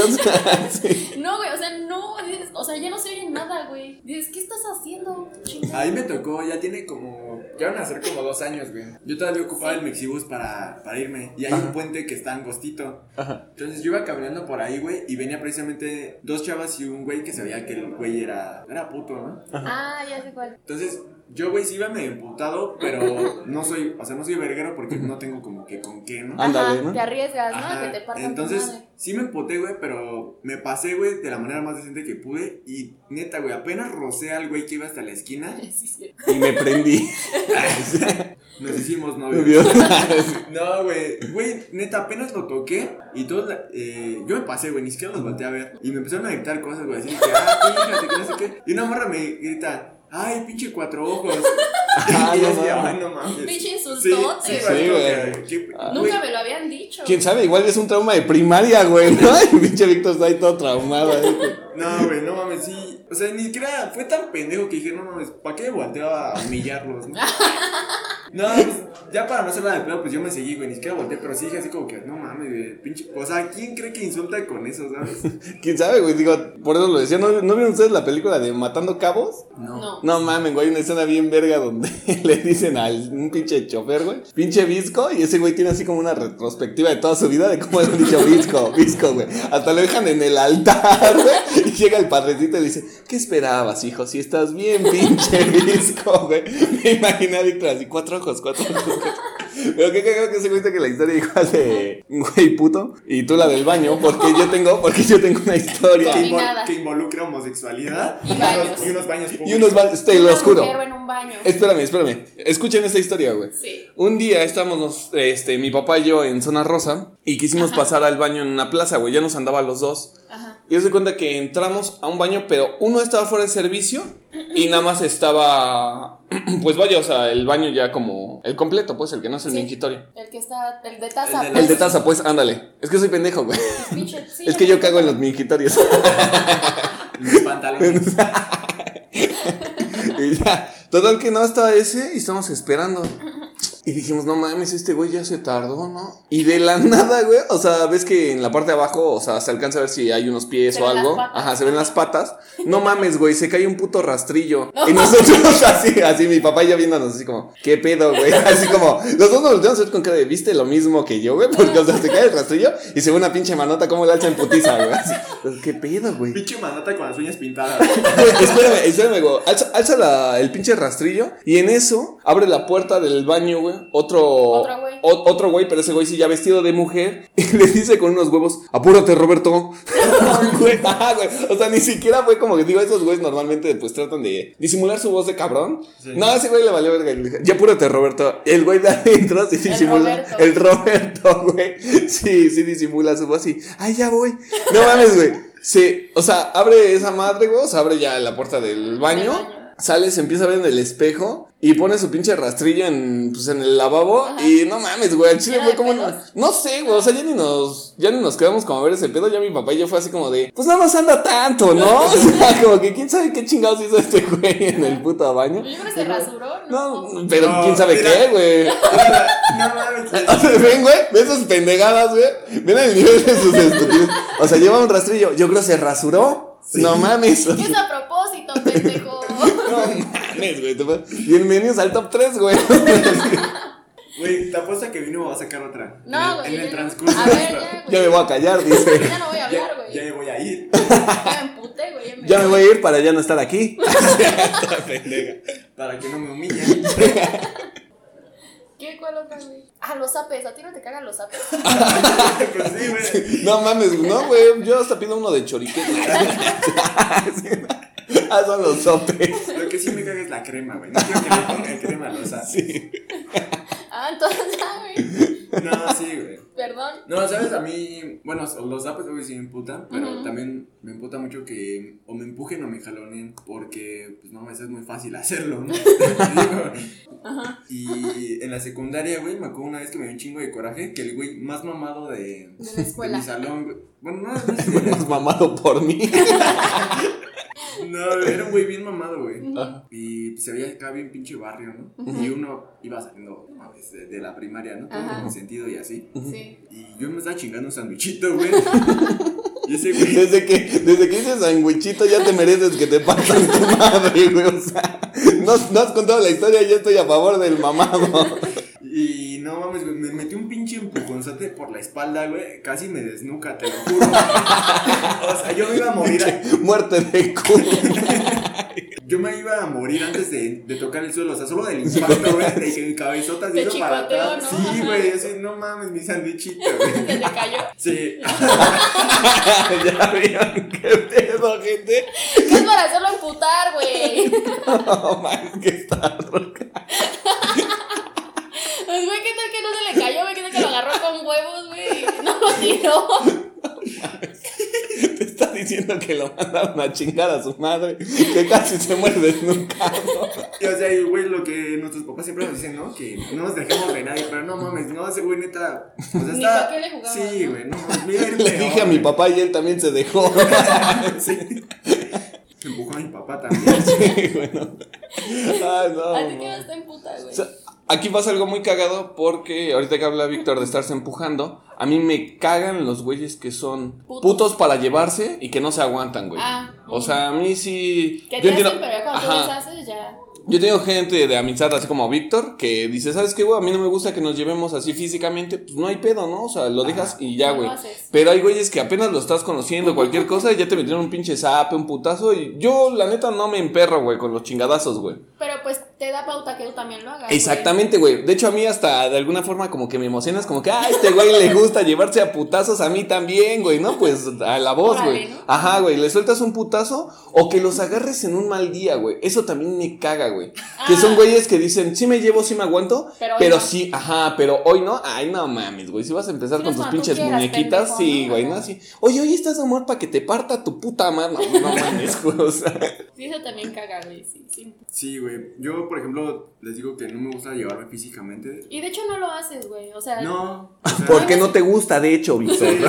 C: no, güey, o sea, no. dices, o sea, ya no se oye nada, güey. Dices, ¿qué estás haciendo?
A: *laughs*
C: chingada?"
B: Ahí me tocó, ya tiene como. Ya van a ser como dos años, güey. Yo todavía ocupaba el Mexibus para, para irme. Y hay un puente que está angostito.
A: Ajá.
B: Entonces yo iba caminando por ahí, güey. Y venía precisamente dos chavas y un güey que sabía que el güey era. Era puto, ¿no?
C: Ah, ya sé cuál.
B: Entonces yo, güey, sí iba medio emputado. Pero no soy. O sea, no soy verguero porque no tengo como que con qué, ¿no?
A: Ándale,
C: Ajá,
A: ¿no?
C: Te arriesgas, ¿no?
B: Ajá,
C: A Que te partan tu
B: Entonces,
C: madre. *laughs*
B: sí me empoté, güey, pero me pasé, güey, de la manera más decente que pude. Y neta, güey, apenas rocé al güey que iba hasta la esquina,
C: Sí, sí.
A: Y me prendí.
B: nos hicimos
A: *laughs*
B: novios.
A: Dios.
B: No, güey, güey, neta, apenas lo toqué y todos, la- eh, yo me pasé, güey, ni siquiera los volteé a ver y me empezaron a gritar cosas, güey, así que, ah, fíjate, que no sé qué, y una morra me grita, ay, pinche cuatro ojos, *laughs*
A: *laughs* Ah,
B: y yo
A: no
B: decía,
A: mames.
B: "Ay, no mames,
C: Pinche
B: Sí,
C: insultote,
B: sí,
A: güey.
B: güey,
A: Sí,
B: qué-
A: Ah.
B: güey,
C: Nunca me lo habían dicho.
A: *laughs* Quién sabe, igual es un trauma de primaria, güey, ¿no? *laughs* Y pinche Víctor está ahí todo traumado. ahí, güey.
B: no, güey, no mames, sí, o sea, ni siquiera fue tan pendejo que dije, no mames, ¿para qué volteaba a humillarlos,
C: *laughs*
B: no? No, pues, ya para no hacer nada de pedo, pues yo me seguí, güey, ni siquiera volteé, pero sí dije así como que, no mames, güey, pinche, o sea, ¿quién cree que insulta con eso, sabes?
A: Quién sabe, güey. Digo, por eso lo decía. ¿No, no vieron ustedes la película de Matando Cabos?
C: No.
A: No mamen, güey. hay Una escena bien verga donde *laughs* le dicen al un pinche chofer, güey. Pinche visco. Y ese güey tiene así como una retrospectiva de toda su vida de cómo le han dicho visco, visco, güey. Hasta lo dejan en el altar, *laughs* güey. Y llega el padrecito y le dice: ¿Qué esperabas, hijo? Si estás bien, pinche visco, güey. Me imaginé a Víctor así: cuatro ojos, cuatro ojos. cuatro- Pero qué cagado que se cuenta que la historia igual de un güey puto y tú la del baño, porque yo tengo, porque yo tengo una historia.
B: que, invol-
C: Combinada.
B: que involucra homosexualía y,
C: baños.
B: unos, y unos baños
A: Y
B: *laughs*
A: unos baños, te lo
C: Una mujer
A: juro.
C: en un baño.
A: Espérame, espérame. Escuchen esta historia, güey.
C: Sí.
A: Un día estábamos, nos- este, mi papá y yo en Zona Rosa y quisimos pasar al baño en una plaza, güey. Ya nos andaba los dos.
C: Ajá.
A: Y se cuenta que entramos a un baño, pero uno estaba fuera de servicio y nada más estaba, *clears throat* pues vaya, o sea, el baño ya como el completo, pues el que no es el
C: Sí.
A: mingitorio.
C: El que está, el de taza.
B: El de la-
A: El de taza, pues ándale. Es que soy pendejo, güey.
C: Pinche- sí,
A: Es que yo cago en los mingitorios.
B: mis
C: *laughs*
B: pantalones.
A: *laughs* Y ya, total que no estaba ese y estamos esperando. Y dijimos, no mames, este güey ya se tardó, ¿no? Y de la nada, güey, o sea, ves que en la parte de abajo, o sea, se alcanza a ver si hay unos pies
C: Se
A: o
C: ven
A: algo.
C: las patas.
A: Ajá, se ven las patas. No mames, güey, se cae un puto rastrillo. Y nosotros *laughs* así, así, mi papá ya viéndonos así como, ¿qué pedo, güey? *laughs* Así como, los dos nos volteamos a ver con cara de, ¿viste lo mismo que yo, güey? *laughs* Porque, o sea, se cae el rastrillo y se ve una pinche manota como la alza en putiza, güey. Así, ¿qué pedo, güey?
B: Pinche manota con las uñas pintadas. *laughs*
A: Güey, *laughs* espérame, espérame, güey. Alza, alza la- el pinche rastrillo y en eso abre la puerta del baño, güey. Otro.
C: Otro güey.
A: o- otro güey, pero ese güey sí ya vestido de mujer. *laughs* Y le dice con unos huevos: Apúrate,
C: *laughs*
A: Roberto. *laughs* Güey, ah, güey, O sea, ni siquiera fue como que digo, esos güeyes normalmente pues tratan de disimular su voz de cabrón.
B: Sí.
A: No, ese güey le valió verga. y le dijo, Ya apúrate, Roberto. El güey de adentro sí
C: El
A: disimula.
C: Roberto.
A: El Roberto, güey. Sí, sí disimula su voz y. ¡Ay, ya voy! No mames, güey. Sí, o sea, abre esa madre, güey. O sea, abre ya la puerta del baño.
C: Del baño.
A: Sale, se empieza a ver en el espejo y pone su pinche rastrillo en, pues, en el lavabo.
C: Ajá.
A: Y no mames, güey. al Chile
C: ¿Era
A: fue
C: de
A: como.
C: pelos?
A: una- no sé, güey, o sea, ya ni nos, ya ni nos quedamos como a ver ese pedo, ya mi papá y yo fue así como de, pues nada más anda tanto, ¿no? *laughs* O sea, como que quién sabe qué chingados hizo este güey en el puto baño.
C: Yo creo que se rasuró, ¿no?
A: No, pero
B: No,
A: quién sabe
B: mira.
A: qué, güey.
B: no mames.
A: O sea, ven, güey, ven sus pendejadas, güey. Ven el nivel de sus estudios. O sea, lleva un rastrillo, yo creo que se rasuró. *laughs* No mames. *laughs*
C: ¿Qué es a propósito, pendejo?
A: No mames. mames, güey. te fue- Bienvenidos al top 3, güey.
B: Güey, te apuesto a que vino va a sacar otra. En el-
C: No, güey.
B: En
C: yo
B: el
C: no-
B: transcurso.
C: A
B: de
C: ver,
B: esta-
C: ya, güey.
A: Ya me voy a callar, dice.
C: Ya no voy a hablar,
B: Ya
C: güey.
B: me voy a ir.
C: Ya me emputé, güey.
A: Ya me voy a ir para ya no estar *laughs* aquí.
B: Para que no me humille.
C: ¿Qué? ¿Cuál otra, güey? Ah, los sapes. A ti no te cagan los sapes.
B: pues sí, güey.
A: No mames, no, güey. Yo hasta pido uno de choriquete. *laughs* Ah, son los sopes.
B: Lo que sí me caga es la crema, güey. No quiero que le pongan crema, o sea.
C: Ah, entonces, *laughs* ah, güey.
B: No, sí, güey.
C: Perdón.
B: No, sabes, a mí, bueno, los zapes güey, sí me emputan, pero
C: Ujú.
B: también me emputa mucho que o me empujen o me jaloneen, porque, pues no, eso es muy fácil hacerlo, ¿no? *laughs* Digo, y en la secundaria, güey, me acuerdo una vez que me dio un chingo de coraje que el güey más mamado de,
C: De la
B: *laughs*
C: escuela.
B: mi salón, güey- bueno, no, no, *laughs* sé,
A: Más mamado por *laughs* mí.
B: no, güey, era un güey bien mamado, güey.
A: Ah.
C: Ujú.
B: Y pues, se veía acá bien pinche barrio, ¿no? Y uno iba saliendo no mames, de, de la primaria, ¿no? Todo
C: Ajá.
B: con sentido y así.
C: Sí. *laughs*
B: Y yo me estaba chingando un sandwichito, güey. y ese güey.
A: Desde que, desde que hice sandwichito ya te mereces que te partan tu madre, güey. O sea, no, no has contado la historia, yo estoy a favor del mamado.
B: Y no mames, güey. Me metí un pinche empujonzote por la espalda, güey. Casi me desnuca, te lo juro. *laughs* o sea, yo me iba a morir. a-
A: Muerte de culo.
B: yo me iba a morir antes de, de tocar el suelo. O sea, solo del impacto, güey. De que mi cabezota se
C: Te
B: hizo para
C: chicoteó,
B: atrás.
C: ¿no?
B: Sí,
C: Ajá.
B: güey. Yo sí, no mames, mi sandwichito, güey.
C: Se te cayó.
B: Sí.
A: *laughs* ya vieron qué pedo, gente.
C: Es para hacerlo emputar, güey.
A: No mames, que está roca.
C: Pues, güey, ¿qué tal que no se le cayó, güey? ¿Qué tal que lo agarró con huevos, güey? No lo tiró.
A: Te está diciendo que lo mandaron a chingar a su madre. Que casi se muere desnucado.
B: Y, o sea, y, güey, lo que nuestros papás siempre nos dicen, ¿no? Que no nos dejemos de nadie, pero no mames, no, ese güey neta. O sea,
C: Ni
B: está.
C: pa' qué le jugamos,
B: sí,
C: ¿no?
B: güey, no mames, mira,
A: *laughs* Le dije a mi papá y él también se dejó. *laughs*
B: Sí. *laughs* Empujó a mi papá también.
A: Sí, bueno. Ay, no.
C: A ti te
A: mames.
C: vas a emputar,
A: O
C: güey.
A: sea, Aquí pasa algo muy cagado porque ahorita que habla Víctor de estarse empujando, a mí me cagan los güeyes que son
C: Putos.
A: putos, para llevarse y que no se aguantan, güey.
C: Ah,
A: o sea, a mí sí.
C: Que
A: yo
C: te hacen,
A: entiendo-
C: pero ya cuando tú
A: Ajá.
C: les haces, ya.
A: Yo tengo gente de amistad, así como Víctor, que dice, ¿sabes qué, güey? A mí no me gusta que nos llevemos así físicamente. Pues no hay pedo, ¿no? O sea, lo dejas y ya,
C: No lo
A: güey.
C: haces.
A: Pero hay güeyes que apenas lo estás conociendo, cualquier cosa, y ya te metieron un pinche zape, un putazo. Y yo, la neta, no me emperro, güey, con los chingadazos, güey.
C: Pero pues te da pauta que tú también lo hagas. güey.
A: Exactamente, güey. De hecho, a mí hasta de alguna forma como que me emocionas, como que, ah, este güey le gusta llevarse a putazos a mí también, güey, ¿no? Pues a la voz,
C: Órale,
A: güey.
C: ¿no?
A: Ajá, güey, le sueltas un putazo o que los agarres en un mal día, güey. Eso también me caga, güey. Que
C: Ah.
A: son güeyes que dicen, sí me llevo, sí me aguanto,
C: Pero
A: pero,
C: hoy no.
A: sí, ajá, pero hoy no. Ay, no mames, güey. Si vas a empezar
C: Sí,
A: con
C: no,
A: tus
C: tú
A: pinches
C: quieras,
A: muñequitas,
C: pendejo,
A: sí,
C: ¿no?
A: güey, ¿no?
C: Ajá.
A: Así, oye, oye, estás de amor para que te parta tu puta mano. No,
C: *laughs*
A: no mames, güey, o sea.
C: Sí, eso también caga, güey. Sí, sí.
B: Sí, güey. Yo, por ejemplo, les digo que no me gusta llevarme físicamente.
C: Y de hecho no lo haces, güey. O sea,
B: No. o sea,
A: Porque no te gusta, de hecho, Víctor.
B: *laughs*
C: no,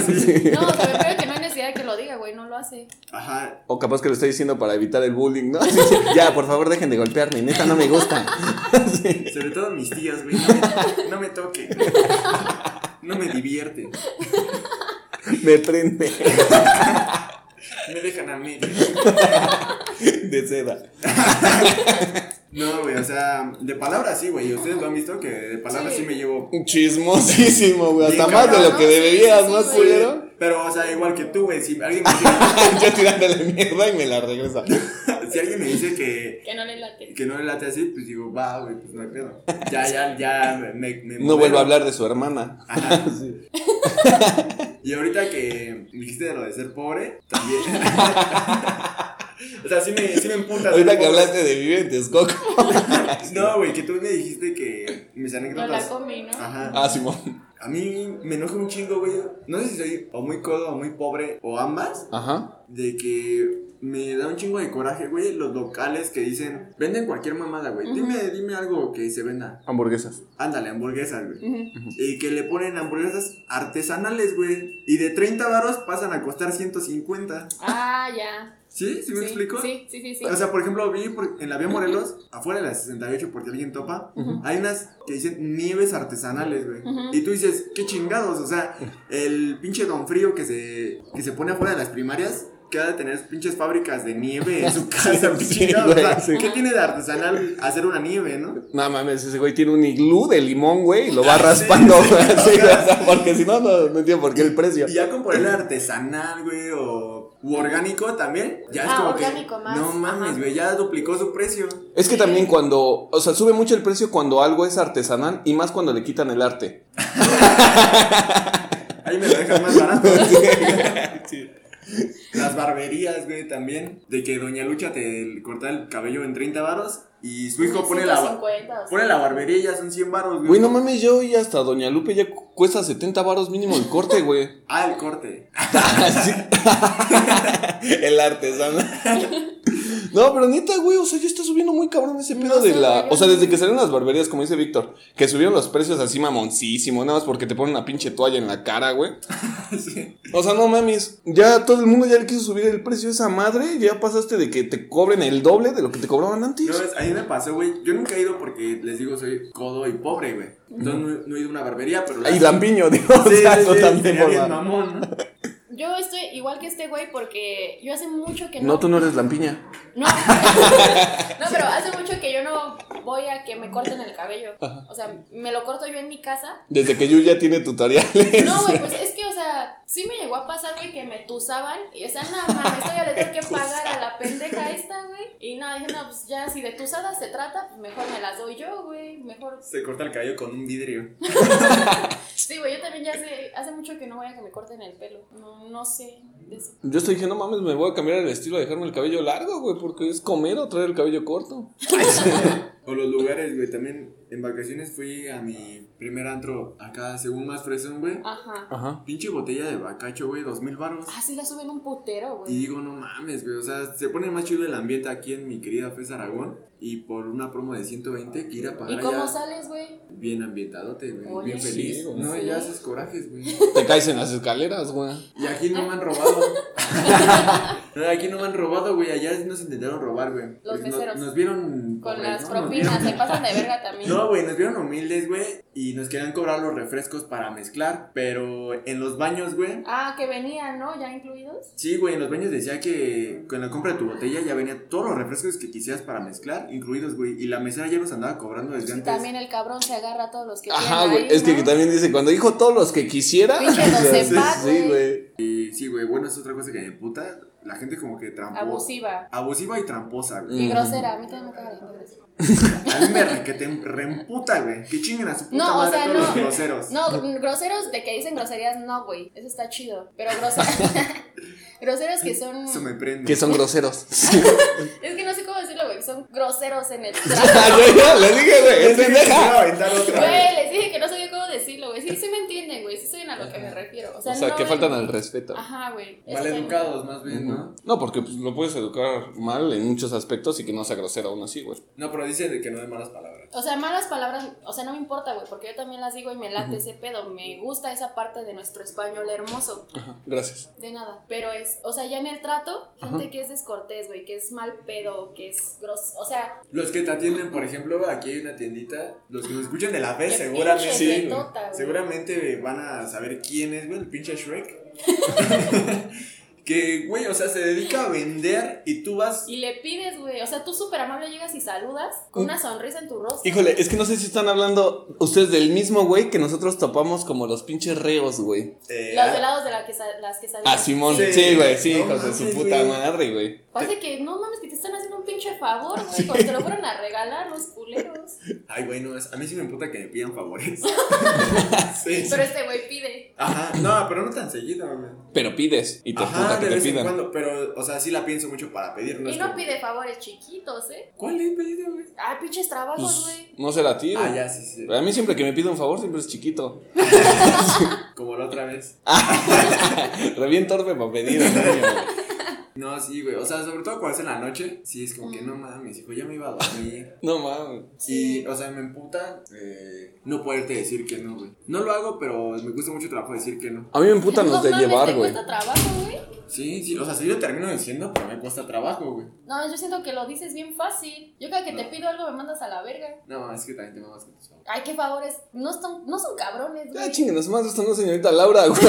C: o sea, me refiero a que no hay necesidad de que lo diga, güey. No lo hace.
B: Ajá.
A: O capaz que lo estoy diciendo para evitar el bullying, ¿no? *laughs* Así, ya, por favor, dejen de golpearme, neta no me gusta.
B: Sobre todo mis tías, güey. No me, no me toquen. No me divierten.
A: Me prende *laughs*
B: Me dejan a mí.
A: de seda.
B: No, güey, o sea, de palabras sí, güey. Ustedes lo han visto que de palabras
C: Sí.
B: sí me llevo
A: Chismosísimo, güey. Hasta
B: Bien,
A: más de
B: cabrón,
A: lo que
C: ¿no?
A: deberías,
C: Sí,
A: ¿no,
C: sí, sí,
A: culero? *laughs*
B: Pero, o sea, igual que tú, güey, si alguien me dice,
A: Yo tirándole mierda y me la regresa.
B: si alguien me dice que,
C: Que no le late.
B: que no le late así, pues digo, va, güey, pues no hay pedo. Ya, ya, ya, me, me
A: No
B: modero.
A: vuelvo a hablar de su hermana.
B: Ajá. *laughs* Y ahorita que dijiste de lo de ser pobre, también. *laughs* o sea, sí me, sí me emputa.
A: Ahorita
B: ser
A: que
B: pobre.
A: hablaste de vivir en Texcoco.
B: No, güey, que tú me dijiste que mis
C: No la
B: anécdotas.
C: comí, ¿no?
B: Ajá.
A: Ah, Simón.
B: A mí me enoja un chingo, güey. No sé si soy o muy codo o muy pobre o ambas.
A: Ajá.
B: de que me da un chingo de coraje, güey, los locales que dicen, venden cualquier mamada, güey. Dime, dime algo que se venda.
A: Hamburguesas.
B: Ándale, hamburguesas, güey.
C: Ujú.
B: Y que le ponen hamburguesas artesanales, güey. Y de 30 varos pasan a costar 150.
C: Ah, ya.
B: ¿Sí? ¿Sí me
C: sí,
B: explico?
C: Sí, sí, sí. sí.
B: O sea, por ejemplo, vi por- en la vía Morelos, afuera de la 68, por si alguien topa, hay unas que dicen nieves artesanales, güey.
C: Ujú.
B: Y tú dices, qué chingados, o sea, el pinche don frío que se, que se pone afuera de las primarias que ha de tener sus pinches fábricas de nieve
C: *laughs*
B: en su casa.
A: Sí,
B: pinche chingado, o
A: güey,
B: sea,
A: sí.
B: ¿Qué tiene de artesanal hacer una nieve, no?
A: No mames, ese güey tiene un iglú de limón, güey, y lo va raspando, güey, *laughs* así, o sea, porque si no, no, no entiendo por qué el precio.
B: Y ya con ponerle artesanal, güey, o u orgánico también, ya es
C: Ah,
B: como
C: orgánico
B: que,
C: más,
B: No mames,
C: ajá.
B: güey, ya duplicó su precio.
A: Es que también cuando, o sea, sube mucho el precio cuando algo es artesanal y más cuando le quitan el arte.
B: Ahí me lo dejan más
C: *laughs*
B: barato. Las barberías, güey, también. De que Doña Lucha te corta el cabello en 30 varos y su hijo pone la,
C: 150, o sea.
B: pone la barbería y ya son 100 varos, güey.
A: Güey, no mames, yo y hasta Doña Lupe ya cu- cuesta 70 varos mínimo el corte, güey.
B: *laughs* Ah, el corte. *laughs*
A: Así. el artesano. No, pero neta, güey, o sea, ya está subiendo muy cabrón ese pedo
C: No
A: de
C: sé,
A: la.
C: güey.
A: O sea, desde que salieron las barberías, como dice Víctor, que subieron los precios así mamoncísimo, nada más porque te ponen una pinche toalla en la cara, güey.
B: *laughs* Sí.
A: O sea, no mames, ya todo el mundo ya le quiso subir el precio a esa madre, ya pasaste de que te cobren el doble de lo que te cobraban antes.
B: No, es- a mí me pasó, güey. Yo nunca he ido porque les digo, soy codo y pobre, güey. Entonces no, he- no he ido a una barbería, pero. la-
A: Y lampiño, digo, o
B: *laughs* Sí,
A: sea,
B: sí, sí,
A: totalmente
B: sería bien
A: formal.
B: mamón, ¿no?
C: Yo estoy igual que este güey porque yo hace mucho que
A: No, tú no eres lampiña.
C: No. No, pero hace mucho que yo no voy a que me corten el cabello. O sea, me lo corto yo en mi casa.
A: *laughs* Desde que Yuya tiene tutoriales.
C: No, güey, pues es que, o sea, sí me llegó a pasar, güey, que me tusaban. Y, o sea, nada más, esto ya le tengo que pagar a la pendeja esta, güey. Y nada, dije, no, pues ya, si de tusadas se trata, pues mejor me las doy yo, güey. Mejor.
B: Se corta el cabello con un vidrio.
C: Sí, güey, yo también ya sé, hace mucho que no voy a que me corten el pelo. No, no sé. de eso.
A: *laughs* Yo estoy diciendo, no mames, me voy a cambiar el estilo, a dejarme el cabello largo, güey, porque es comer o traer el cabello corto.
B: O los lugares, güey. También en vacaciones fui a mi primer antro acá, según más fresón, güey.
C: Ajá.
A: Ajá.
B: Pinche botella de bacacho, güey, dos mil baros.
C: Ah, sí, la suben un putero,
B: Y
C: güey.
B: digo, no mames, güey. O sea, se pone más chido el ambiente aquí en mi querida Fes Aragón. Y por una promo de 120 que ir a pagar.
C: ¿Y cómo
B: ya
C: sales, güey?
B: Bien ambientadote, güey.
C: Oye.
B: Bien
C: Sí,
B: feliz.
A: güey.
B: no,
C: Sí.
B: ya haces corajes, güey.
A: Te caes en las escaleras, güey.
B: Y aquí no me han
C: *laughs*
B: robado. No, aquí no me han robado, güey. Allá nos intentaron robar, güey. Pues nos-
C: meseros.
B: Nos, vieron.
C: Con
B: pobres,
C: las
B: ¿no? Nos
C: propinas,
B: vieron-
C: se pasan de verga también.
B: No, güey, nos vieron humildes, güey, y nos querían cobrar los refrescos para mezclar, pero en los baños, güey.
C: Ah, que venían, ¿no? Ya incluidos.
B: Sí, güey, en los baños decía que con la compra de tu botella ya venía todos los refrescos que quisieras para mezclar, incluidos, güey, y la mesera ya nos andaba cobrando desde
C: Y
B: antes.
C: también el cabrón se agarra a todos los que
A: Pues Ajá,
C: tienen
A: güey.
C: ahí,
A: Es que,
C: ¿no?
A: que también dice, cuando dijo todos los que quisiera.
C: Pinche
A: o sea,
C: doce
A: *laughs*
C: pack,
A: sí,
C: güey.
A: güey.
B: Y sí, güey, bueno, es otra cosa que me puta, la gente como que tramposa.
C: Abusiva.
B: Abusiva y tramposa, güey.
C: Y
A: Ujú.
C: grosera, a mí también me caga la gente grosera.
B: A mí me re, que te reemputa, güey. Que chinguen a su puta
C: No, o
B: madre
C: sea,
B: todos los
C: no.
B: groseros.
C: No, gr- groseros de que dicen groserías, no, güey. Eso está chido. Pero
A: *laughs*
C: groseros. *laughs* groseros que son.
B: Eso me prende. *laughs*
A: Que son
C: *laughs*
A: groseros.
C: Es que no sé cómo decirlo, güey. Son groseros en el
A: Ah, *laughs*
C: trato.
A: güey, ya, le dije, güey, es
B: Pensé que te iba
A: pendeja.
B: a aventar otra, güey.
C: Güey, les dije que no sabía cómo decirlo, güey. Sí, sí me entienden, güey. Sí saben a lo que me refiero. O sea,
A: O sea,
C: no
A: que
C: me-
A: faltan al respeto.
C: Ajá, güey. Eso
B: Mal
C: también.
B: educados, más bien, ¿no?
A: No, porque pues, lo puedes educar mal en muchos aspectos y que no sea grosero aún así, güey.
B: No, pero dice de que no hay malas palabras.
C: O sea, malas palabras, o sea, no me importa, güey, porque yo también las digo y me late ese pedo. Me gusta esa parte de nuestro español hermoso.
A: Ajá, gracias.
C: De nada. Pero es, o sea, ya en el trato, gente
A: Ajá.
C: que es descortés, güey, que es mal pedo, que es gros... O sea,
B: Los que te atienden, por ejemplo, aquí hay una tiendita. Los que nos escuchan de la vez,
C: Qué
B: seguramente.
C: pinche
B: Sí, güey.
C: tiendota, güey.
B: seguramente van a saber quién es, güey, el pinche
C: *laughs*
B: Shrek. que, güey, o sea, se dedica a vender y tú vas.
C: y le pides, güey. O sea, tú súper amable llegas y saludas con una sonrisa en tu rostro.
A: Híjole, es que no sé si están hablando ustedes del mismo güey que nosotros topamos como los pinches reos, güey.
B: eh,
C: Los helados de la que sa- las que saludan.
A: A Ah, Simón,
B: Sí.
A: sí, güey, sí,
B: No
A: hijos de su
B: mames,
A: puta
B: güey.
A: madre, güey.
C: Parece que, no mames, que te están haciendo un pinche favor, güey, porque te lo fueron a regalar los culeros.
B: Ay, güey, no, es- a mí sí me importa que me pidan
C: *laughs*
B: favores. sí, sí.
C: Pero este güey pide.
B: Ajá, no, pero no tan seguido, güey.
A: Pero pides y te
B: Ajá,
A: puta que
B: de
A: te
B: vez en
A: pidan.
B: cuando, pero, o sea, sí la pienso mucho para pedir. no
C: Y
B: es
C: no
B: como-
C: pide favores chiquitos, ¿eh?
B: ¿Cuál he pedido, güey?
C: Ah, pinches trabajos,
A: Pues,
C: güey.
A: no se la tiro.
B: Ah, ya, sí, sí.
A: A mí siempre que me pide un favor siempre es chiquito. *laughs*
B: Como la otra vez.
A: Re bien torpe para pedir. ¿no?
B: No, sí, güey. O sea, sobre todo cuando es en la noche. Sí, es como que
C: Mm.
B: no mames, hijo, ya me
C: *laughs*
B: iba a dormir.
A: No mames.
B: Y, o sea, me emputa eh, no poderte decir que no, güey. No lo hago, pero me cuesta mucho trabajo decir que no.
A: A mí me emputan los
C: No
A: de
C: mames,
A: llevar,
C: ¿te
A: güey.
C: cuesta trabajo, güey?
B: Sí, sí, o sea, sí lo termino diciendo, pero me cuesta trabajo, güey.
C: No, yo siento que lo dices bien fácil. Yo cada que te pido algo me mandas a la verga.
B: No, es que también te mamas con tus favores.
C: Ay, qué favores. No son, no son cabrones,
A: Ya *laughs*
C: güey.
A: chinguen, más están la señorita Laura, güey.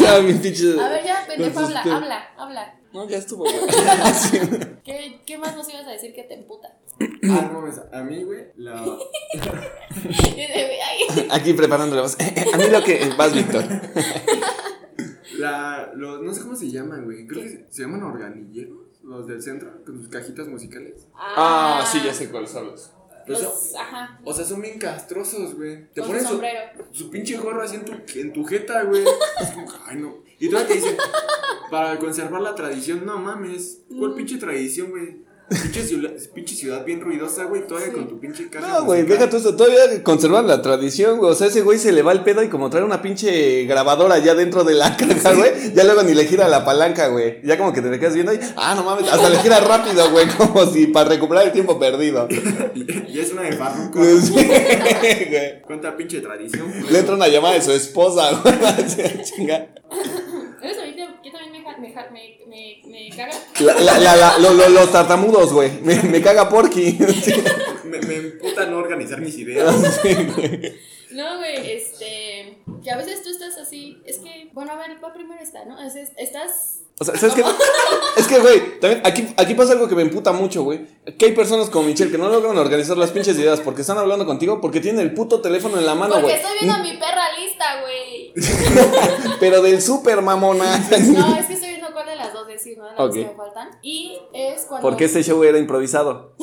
A: Ya, mi pinche.
C: A ver, ya, pendejo,
A: Entonces, este,
C: habla,
A: te-
C: habla, habla.
A: No, ya estuvo, güey. *laughs* Así.
C: ¿Qué, ¿Qué más nos ibas a decir que te emputa? *laughs*
B: Ah, no mames, a mí, güey, la...
C: Ay,
A: Aquí preparándole vas. *laughs* A mí lo que. Vas, Víctor.
B: la los- no sé cómo se llaman, güey. Creo que se, se llaman organilleros, los del centro, con sus cajitas musicales.
A: Ah, sí, ya sé cuáles son los.
B: Pues,
C: Los, ajá.
B: O sea, son bien castrosos, güey. Te
C: Con
B: pones
C: su
B: su,
C: sombrero.
B: su pinche gorro así en tu, en tu jeta, güey. Es como, Ay, no. Y todavía te dicen, para conservar la tradición, no mames. ¿Cuál
A: Mm.
B: pinche tradición, güey? Pinche ciudad, pinche ciudad bien ruidosa, güey. Todavía
C: Sí.
B: con tu pinche caja.
A: No, güey,
B: musical.
A: deja tú eso. Todavía conservan la tradición, güey. O sea, ese güey se le va el pedo y como trae una pinche grabadora ya dentro de la *laughs* caja, güey. Ya luego ni le gira la palanca, güey. Ya como que te le quedas viendo y. Ah, no mames. Hasta le gira rápido, güey. *laughs* Como si para recuperar el tiempo perdido. *laughs*
B: Ya es una de barroco.
A: Sí, güey.
B: ¿Cuánta pinche tradición? güey?
A: Le entra una llamada de su esposa, güey. *laughs* Así, chinga.
C: ¿Sabes a mí te- que también me, ja- me, ja- me, me, me caga?
A: La- la- la- la- lo- lo- los tartamudos, güey. Me, me caga Porky. *laughs* Sí,
B: Me, me emputa no organizar mis ideas.
C: No, güey, este. Que a veces tú estás así. Es que, bueno, a ver, ¿cuál primero está, no? Es- es- estás.
A: O sea, ¿sabes qué? *laughs* Es que, güey, también aquí, aquí pasa algo que me emputa mucho, güey. Que hay personas como Michelle que no logran organizar las pinches ideas porque están hablando contigo porque tienen el puto teléfono en la mano,
C: porque
A: güey. Mm.
C: estoy viendo a mi perra lista, güey.
A: Pero del super mamona. *laughs*
C: No, es que estoy viendo cuál de las dos decir, ¿no? De las dos
A: Ok.
C: que me faltan. Y es cuando.
A: Porque este show era
C: *laughs*
A: improvisado.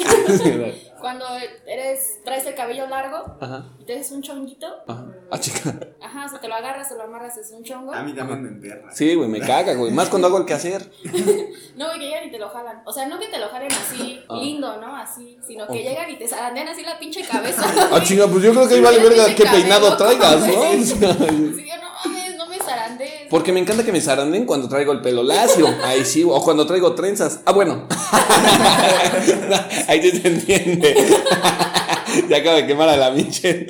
C: Cuando eres, traes el cabello largo
A: Ajá.
C: y te haces un chonguito.
A: Ajá. Ah, chica.
C: Ajá, o sea, te lo agarras, te lo amarras, es un chongo.
B: A mí también me emperra.
A: Sí, güey, me caga, güey. Más cuando hago el quehacer.
C: No, güey, que llegan y te lo jalan. O sea, no que te lo jalen así,
A: Ah.
C: lindo, ¿no? Así, sino que
A: Ok.
C: llegan y te zarandean así la pinche cabeza.
A: *laughs* Ah,
C: *laughs*
A: chinga, pues yo creo que ahí vale verga qué peinado traigas, *laughs* ¿no?
C: Sí, yo, no mames, no me zarandees.
A: Porque me encanta que me zaranden cuando traigo el pelo lacio. Ahí sí, o cuando traigo trenzas. Ah, bueno. *laughs* Ahí sí se entiende. *laughs* ya acabo de quemar a la Michelle.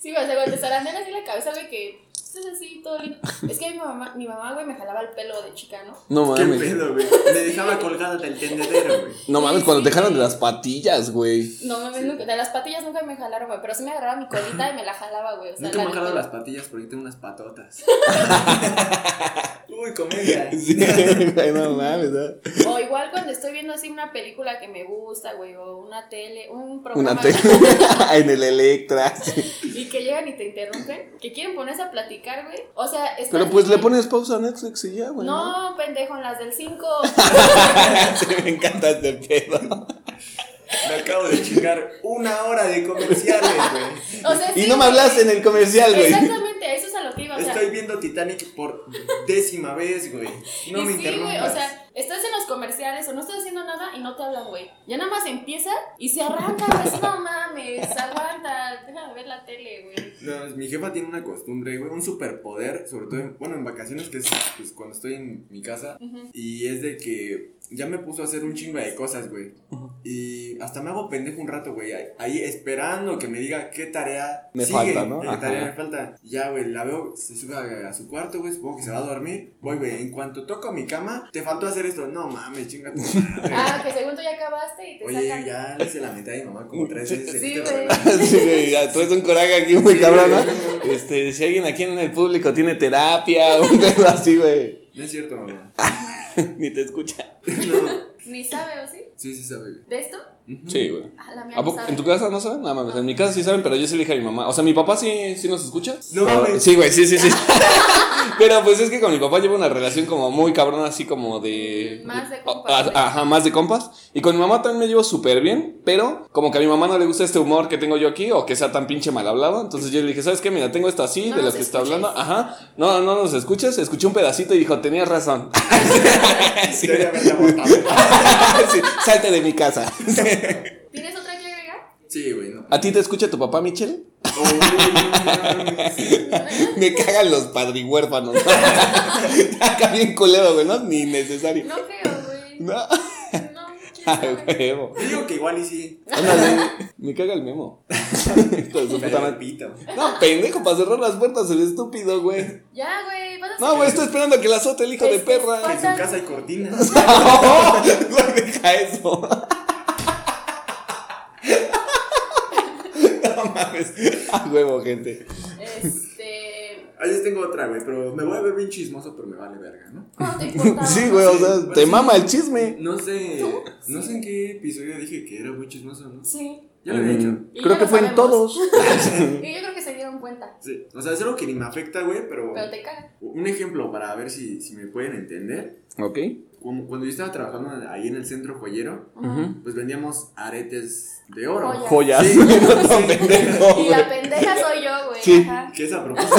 C: Sí, güey, o sea, cuando te zarandean así la cabeza, güey, que estás así, todo lindo. Es que mi mamá, mi mamá, güey, me jalaba el pelo de chica, ¿no?
A: No
B: ¿Qué
A: mames.
B: pedo, güey? Me dejaba colgada del tendedero, güey.
A: No mames, cuando te jalan de las patillas, güey.
C: No mames, nunca. De las patillas nunca me jalaron, güey, pero sí me agarraba mi colita y me la jalaba, güey. O sea,
B: Nunca
C: la
B: me han jalado
C: neta.
B: las patillas porque tengo
A: *laughs*
B: unas patotas. Uy, comedia. *laughs*
A: Sí, güey, no mames. ¿no?
C: O igual cuando estoy viendo así una película que me gusta, güey, o una tele, un programa.
A: Una tele *laughs* en el Electra. sí.
C: Y que llegan y te interrumpen, que quieren ponerse a platicar, güey. O sea, estás
A: Pero pues le
C: viendo-
A: pones pausa a Netflix y ya, güey.
C: No, pendejo, en las del 5.
A: *laughs* Sí, me encanta este pedo.
B: Me acabo de chingar una hora de comerciales, güey.
C: O sea,
A: Y
C: Pues sí,
A: no me
C: güey.
A: hablaste en el comercial, güey.
C: Exactamente, a eso es a lo que iba. *laughs* O sea,
B: Estoy viendo Titanic por décima vez, güey. No
C: y
B: me
C: sí, güey,
B: interrumpas.
C: o sea, estás en los comerciales o no estás haciendo nada y no te hablan, güey. Ya nada más empieza y se arranca, güey. No mames, aguanta, déjame ver la tele, güey.
B: No, mi jefa tiene una costumbre, güey, un superpoder, sobre todo, en, bueno, en vacaciones, que es pues, cuando estoy en mi casa,
C: Ujú.
B: y es de que ya me puso a hacer un chingo de cosas, güey. Y hasta me hago pendejo un rato, güey, ahí, ahí esperando que me diga qué tarea
A: Me
B: sigue,
A: falta, ¿no?
B: qué
A: Ajá.
B: tarea me falta. Ya, güey, la veo, se sube a, a su cuarto, güey, supongo que se va a dormir. Voy, güey, en cuanto toco mi cama, te faltó hacer esto. No mames, chinga tu madre.
C: Ah, que según tú ya acabaste y te
B: Oye,
C: sacan.
B: ya le hice la mitad de mi mamá como tres veces. en *laughs*
C: Sí,
B: este
C: güey.
B: programa.
A: *laughs* Sí, güey, ya, traes un coraje aquí muy cabrón, ¿no? Este, si alguien aquí en el público tiene terapia *laughs* o un pedo así, güey,
B: No es cierto, mamá. *laughs*
A: ni te escucha.
B: No.
C: Ni sabe, ¿o sí?
B: Sí, sí sabe, güey.
C: ¿De esto?
B: Ujú.
A: Sí, güey.
C: A la mía
A: ¿A
C: no
A: poco-
C: sabe.
A: ¿En tu casa no saben? Nada más, en mi casa sí saben, pero yo sí le dije a mi mamá. O sea, mi papá sí, sí nos escucha.
B: No
A: Pero-
B: mames.
A: Sí, güey, sí, sí, *laughs* sí. Pero pues es que con mi papá llevo una relación como muy cabrona, así como de.
C: Más de compas,
A: Ah, ah, Ajá, más de compas. Y con mi mamá también me llevo súper bien, pero como que a mi mamá no le gusta este humor que tengo yo aquí o que sea tan pinche mal hablado. Entonces yo le dije, ¿sabes qué? Mira, tengo esto así,
C: No
A: de lo
C: nos
A: que está
C: escuches.
A: hablando. Ajá, no, no nos escuchas. Escuché un pedacito y dijo, tenías razón. *laughs* Sí.
B: Debería haberla abortado.
A: Sí, salte de mi casa.
C: ¿Tienes otra que agregar?
B: Sí, güey, no.
A: ¿A ti te escucha tu papá, Michelle?
B: Uy, no
A: *laughs*
B: mames.
A: Me cagan los padrihuérfanos. *laughs* Acá bien culero, güey, ¿no? Ni necesario. *laughs*
C: No creo, güey.
A: No. *laughs*
C: No, quién
A: Ay,
C: sabe.
A: huevo.
B: Digo que igual y sí.
A: Ándale, me caga el memo. *laughs* Hijo de su puta
B: Pero
A: madre.
B: pito.
A: No, pendejo, para cerrar las puertas, el estúpido, güey.
C: Ya, güey, vas a
A: No, güey, estoy esperando a que la azote el hijo de *laughs*
C: Es-
B: Que
A: perra.
B: en su casa hay cortinas.
A: ¡No! Güey, deja eso. *laughs* No mames. A huevo, gente. *laughs*
C: Este.
B: A veces tengo otra, güey, pero me voy a ver bien chismoso, pero me vale verga, ¿no?
C: ¿Cómo te importaba?
A: Sí, güey, o sea,
B: Sí,
A: te
B: sí.
A: mama el chisme.
B: No sé,
C: ¿Tú?
B: no sé en qué episodio dije que era muy chismoso, ¿no?
C: Sí.
B: Ya lo había dicho.
A: Mm,
C: Y
A: Creo
C: ya
A: que
C: lo
A: fue en
C: sabemos.
A: todos.
C: *laughs* Y yo creo que se dieron cuenta.
B: Sí. O sea, es algo que ni me afecta, güey, pero
C: Pero te caga.
B: un ejemplo para ver si, si me pueden entender.
A: Ok.
B: Como cuando yo estaba trabajando ahí en el centro joyero,
A: Ujú.
B: pues vendíamos aretes de oro.
C: Joyas.
A: Joyas. *laughs*
B: Sí.
A: No, tan pendejo,
C: Y
A: güey.
C: la pendeja soy yo, güey.
A: Sí.
C: Ajá.
B: Que es a propósito.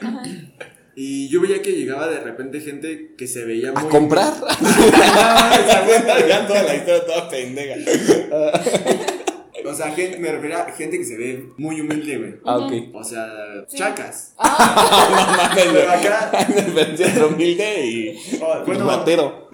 B: también. y yo veía que llegaba de repente gente que se veía muy... Ah,
A: ¿A comprar?
B: *laughs*
A: Ya toda la historia toda pendeja.
B: O sea, gente, me refiero a gente que se ve muy humilde, güey.
A: Ah, ok.
B: O sea,
C: Sí.
A: *laughs*
B: chacas.
C: Ah,
A: No mames,
B: Pero
A: güey.
B: acá...
A: El centro humilde y. *laughs*
B: oh,
A: y
B: bueno,
A: Matero.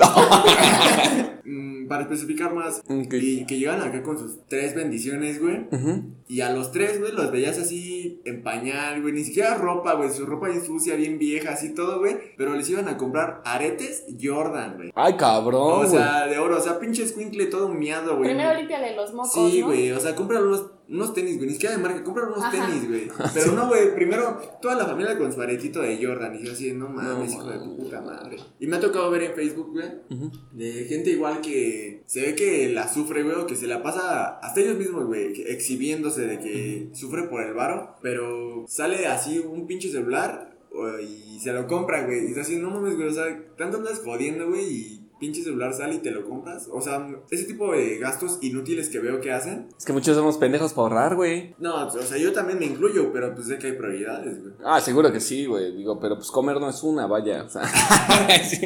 B: *laughs* mm, para especificar más.
A: Ok.
B: Y que llegaban acá con sus tres bendiciones, güey.
A: Ujú.
B: Y a los tres, güey, los veías así en pañal, güey. Ni siquiera ropa, güey. Su ropa bien sucia, bien vieja, así todo, güey. Pero les iban a comprar aretes Jordan, güey.
A: Ay,
B: o
A: cabrón, Oh, güey.
B: sea, de oro. O sea, pinche escuincle todo miado, güey.
C: primero límpiale los mocos,
B: Sí,
C: ¿no?
B: güey, o sea, comprar unos, unos tenis, güey, ni siquiera de marca, comprar unos
C: Ajá.
B: tenis,
A: *laughs*
B: güey. Pero no, güey, primero toda la familia con su aretito de Jordan y yo así, no mames,
A: No
B: hijo de tu puta madre. Y me ha tocado ver en Facebook, güey,
A: Ujú.
B: de gente igual que se ve que la sufre, güey, o que se la pasa hasta ellos mismos, güey, que- exhibiéndose de que sufre por el varo, pero sale así un pinche celular o- y se lo compra, güey. Y está así, no mames, güey, o sea, tanto andas jodiendo, güey, y pinche celular sale y te lo compras. O sea, ese tipo de gastos inútiles que veo que hacen.
A: Es que muchos somos pendejos para ahorrar, güey.
B: No, o sea, yo también me incluyo, pero pues sé que hay prioridades, güey.
A: Ah, seguro que sí, güey. Digo, pero pues comer no es una, vaya. o sea. *laughs* Sí.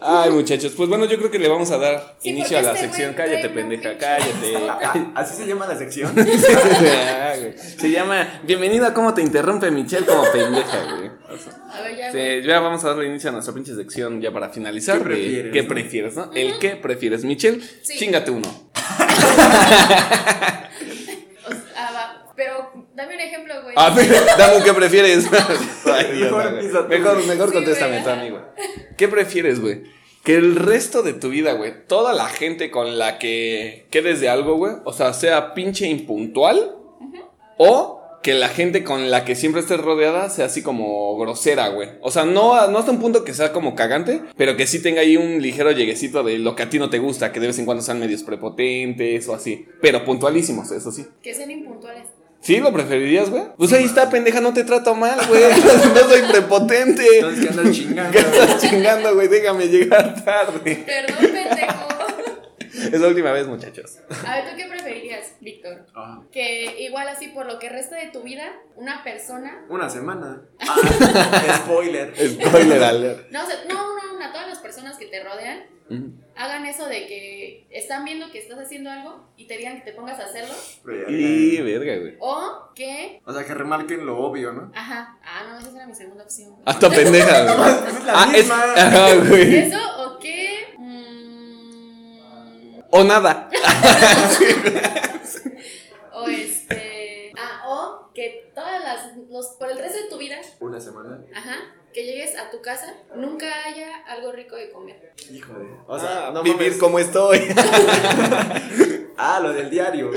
A: Ay, muchachos. Pues bueno, yo creo que le vamos a dar
C: Sí,
A: inicio a
C: porque
A: la
C: este
A: sección.
C: güey
A: Cállate,
C: trae un
A: pendeja,
C: pinche-
A: cállate.
C: *laughs*
B: Eh,
A: *laughs*
B: *laughs* Así se llama la sección.
A: Ah, güey. *laughs* Se llama Bienvenido a cómo te interrumpe Michelle como pendeja, güey. O sea,
C: A ver, ya. güey.
A: Sí, ya vamos a darle inicio a nuestra pinche sección ya para finalizar. de
B: ¿Qué prefieres,
A: ¿Qué
B: no?
A: prefieres, no? El qué prefieres, Michelle.
C: Sí.
A: Chingate uno.
C: O sea, ah, va. Pero dame un ejemplo, güey.
A: A ver, Ah, dame un qué prefieres. *laughs* Ay, Dios,
B: Mejor
A: güey.
B: empieza tú.
A: mejor, mejor
C: Sí,
A: contéstame
C: güey.
A: tú, amigo. ¿Qué prefieres, güey? Que el resto de tu vida, güey, toda la gente con la que quedes de algo, güey, o sea, sea pinche impuntual o que la gente con la que siempre estés rodeada sea así como grosera, güey. O sea, no, no hasta un punto que sea como cagante, pero que sí tenga ahí un ligero lleguecito de lo que a ti no te gusta, que de vez en cuando sean medios prepotentes o así, pero puntualísimos, eso sí.
C: Que sean impuntuales.
A: ¿Sí? ¿Lo preferirías, güey? Pues ahí está, pendeja, no te trato mal, güey. *laughs* No soy *laughs* prepotente.
B: Entonces, ¿qué andas chingando? *laughs*
A: ¿Qué estás chingando, güey? Déjame llegar tarde.
C: Perdón, pendejo.
A: Es la última vez, muchachos.
C: A ver, ¿tú qué preferirías, Víctor?
B: Ah,
C: Que igual así, por lo que resta de tu vida, una persona
B: una semana. Ah, *laughs* spoiler.
A: Spoiler alert.
C: No, o sea, no, no, no, a todas las personas que te rodean
A: Ujú.
C: hagan eso de que están viendo que estás haciendo algo y te digan que te pongas a hacerlo.
A: Y verga, güey.
C: O que,
B: O sea, que remarquen lo obvio, ¿no?
C: ajá, ah, no, esa era mi segunda opción.
A: *laughs*
C: güey.
A: Hasta pendeja, güey.
B: Es la
A: Ah, es.
B: misma.
A: Ajá, güey.
C: Eso o que... mm,
A: O nada.
C: o este... Ah, o que todas las... los- por el resto de tu vida,
B: Una semana.
C: ajá, que llegues a tu casa, nunca haya algo rico de comer.
B: Hijo de. O sea, Ah, no
A: vivir
B: mames.
A: como estoy.
B: Ah, lo del *laughs* diario.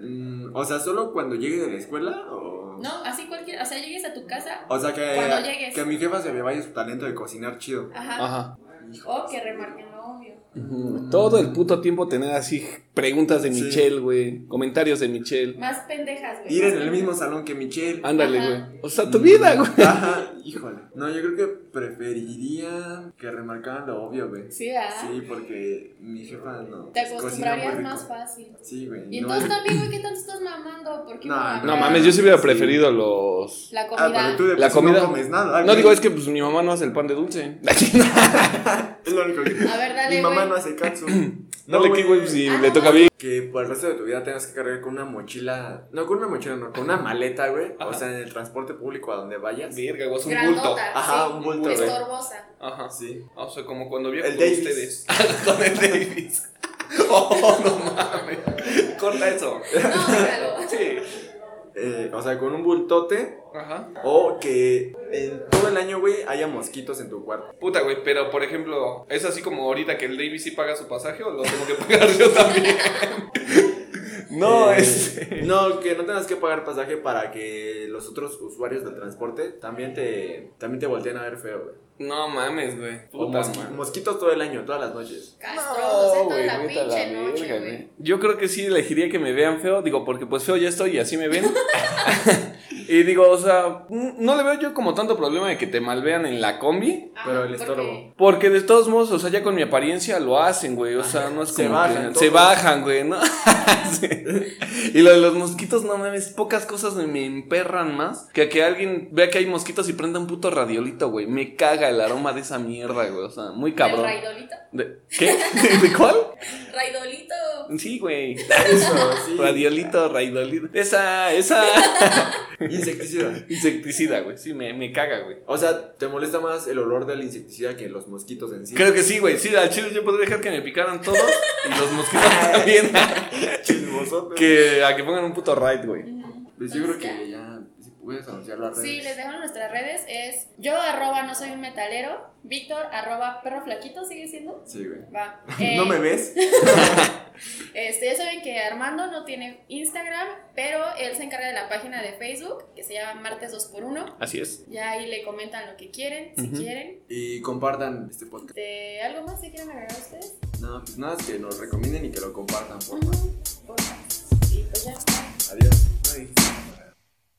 B: Mm, o sea, solo cuando llegue de la escuela o.
C: No, así cualquier... O sea, llegues a tu casa,
B: O sea, que.
C: Cuando llegues. Ah,
B: Que a mi jefa se le vaya su talento de cocinar chido.
C: ajá,
A: Ajá.
C: o que remarquen lo obvio.
A: Ujú. Todo el puto tiempo tener así preguntas de
B: Sí.
A: Michelle, güey. Comentarios de Michelle.
C: Más pendejas, güey.
B: Ir en
C: más
B: el
C: pendejas.
B: mismo salón que Michelle. Mm,
A: Ándale,
C: Ajá.
A: güey. O sea, tu vida, güey.
B: Ajá, híjole. No, yo creo que preferiría que remarcaran lo obvio, güey.
C: Sí, ¿verdad?
B: Sí, porque mi jefa no.
C: Ah.
B: pues,
C: Te
B: cocina muy
C: acostumbrarías
B: rico.
C: más fácil.
B: Sí, güey.
C: Y
B: no
C: entonces
B: hay-
C: también, güey, ¿qué tanto estás mamando? ¿Por qué
B: No,
C: mamar?
A: No mames, yo sí hubiera preferido los.
C: La
B: Ah,
C: comida.
B: pero tú de
A: La
B: por sí
A: comida.
B: No comes nada.
A: No digo, es que pues mi mamá no hace el pan de *laughs* dulce.
B: Es lo
C: *laughs*
B: único que.
C: A ver, dale,
B: Mi mamá
C: güey.
B: no
A: *clears throat*
B: hace caso.
A: no le pues, qué, güey, si
C: Ah,
A: le
C: no,
A: toca bien.
B: Que por el resto de tu vida tengas que cargar con una mochila. No, con una mochila, no, con una maleta, güey. O
A: Ajá.
B: sea, en el transporte público a donde vayas.
A: Verga, güey, es un bulto.
C: Grandota.
B: Ajá,
C: sí,
B: un bulto,
A: güey.
C: Estorbosa.
A: Ajá.
B: Sí.
A: O sea, como cuando viajo
B: El
A: con
B: Davis.
A: ustedes. *laughs* Con el Davis. *laughs* Oh, no mames. Corta eso.
C: No,
B: *laughs*
C: déjalo.
A: Sí.
B: Eh, o sea, con un bultote.
A: Ajá.
B: O que en todo el año, güey, haya mosquitos en tu cuarto.
A: Puta, güey, pero por ejemplo, ¿es así como ahorita que el Davis sí paga su pasaje o lo tengo que pagar yo también? *laughs* No,
B: Eh,
A: este.
B: No, que no tengas que pagar pasaje para que los otros usuarios del transporte también te, también te volteen a ver feo, güey.
A: No mames, güey.
B: O
A: Puta
B: mosqui-
A: madre.
B: mosquitos todo el año, todas las noches.
C: Castrosos, eh, toda la
A: vete a la
C: pinche
A: verga,
C: noche,
A: güey.
C: güey.
A: Yo creo que sí elegiría que me vean feo, digo, porque pues feo ya estoy y así me ven. *laughs* y digo, o sea, n- no le veo yo como tanto problema de que te malvean en la combi.
C: Ajá,
B: Pero el
C: porque-
B: estorbo.
A: Porque de todos modos, o sea, ya con mi apariencia lo hacen, güey. O sea, no es
B: Se
A: como
B: bajan
A: que-
B: todos.
A: se bajan, güey, ¿no? *laughs* Sí. Y lo de los mosquitos, no mames, pocas cosas me emperran más que a que alguien vea que hay mosquitos y prenda un puto radiolito, güey. Me caga el aroma de esa mierda, güey. O sea, muy
C: ¿El
A: cabrón.
C: raidolito?
A: ¿De- ¿Qué? *laughs* ¿De cuál?
C: Raidolito.
A: Sí, güey.
B: Eso, sí.
A: *laughs* Radiolito, raidolito. Esa, esa.
B: Insecticida.
A: Insecticida, güey. Sí, me, me caga, güey.
B: O sea, ¿te molesta más el olor del insecticida que los mosquitos en sí?
A: Creo que sí, güey. Sí, al chile yo podría dejar que me picaran todos y los mosquitos también.
B: *laughs* Chismosote.
A: que a que pongan un puto raid, güey.
C: Ujú.
B: Pues yo creo
C: Entonces, ya.
B: que ya, si puedes anunciar las redes.
C: Sí, les dejo nuestras redes. Es yo arroba no soy un metalero. Víctor arroba perro flaquito sigue siendo.
B: Sí, güey.
C: Va.
B: *laughs*
C: Eh,
B: ¿No me ves?
C: Este, ya saben que Armando no tiene Instagram, pero él se encarga de la página de Facebook que se llama Martes 2x1.
A: Así es.
C: Ya ahí le comentan lo que quieren, si
A: Ujú.
C: quieren.
B: Y compartan este podcast.
C: Este, ¿Algo más que quieran agregar ustedes?
B: No, pues nada, que nos recomienden y que lo compartan, por favor.
C: Ujú. pues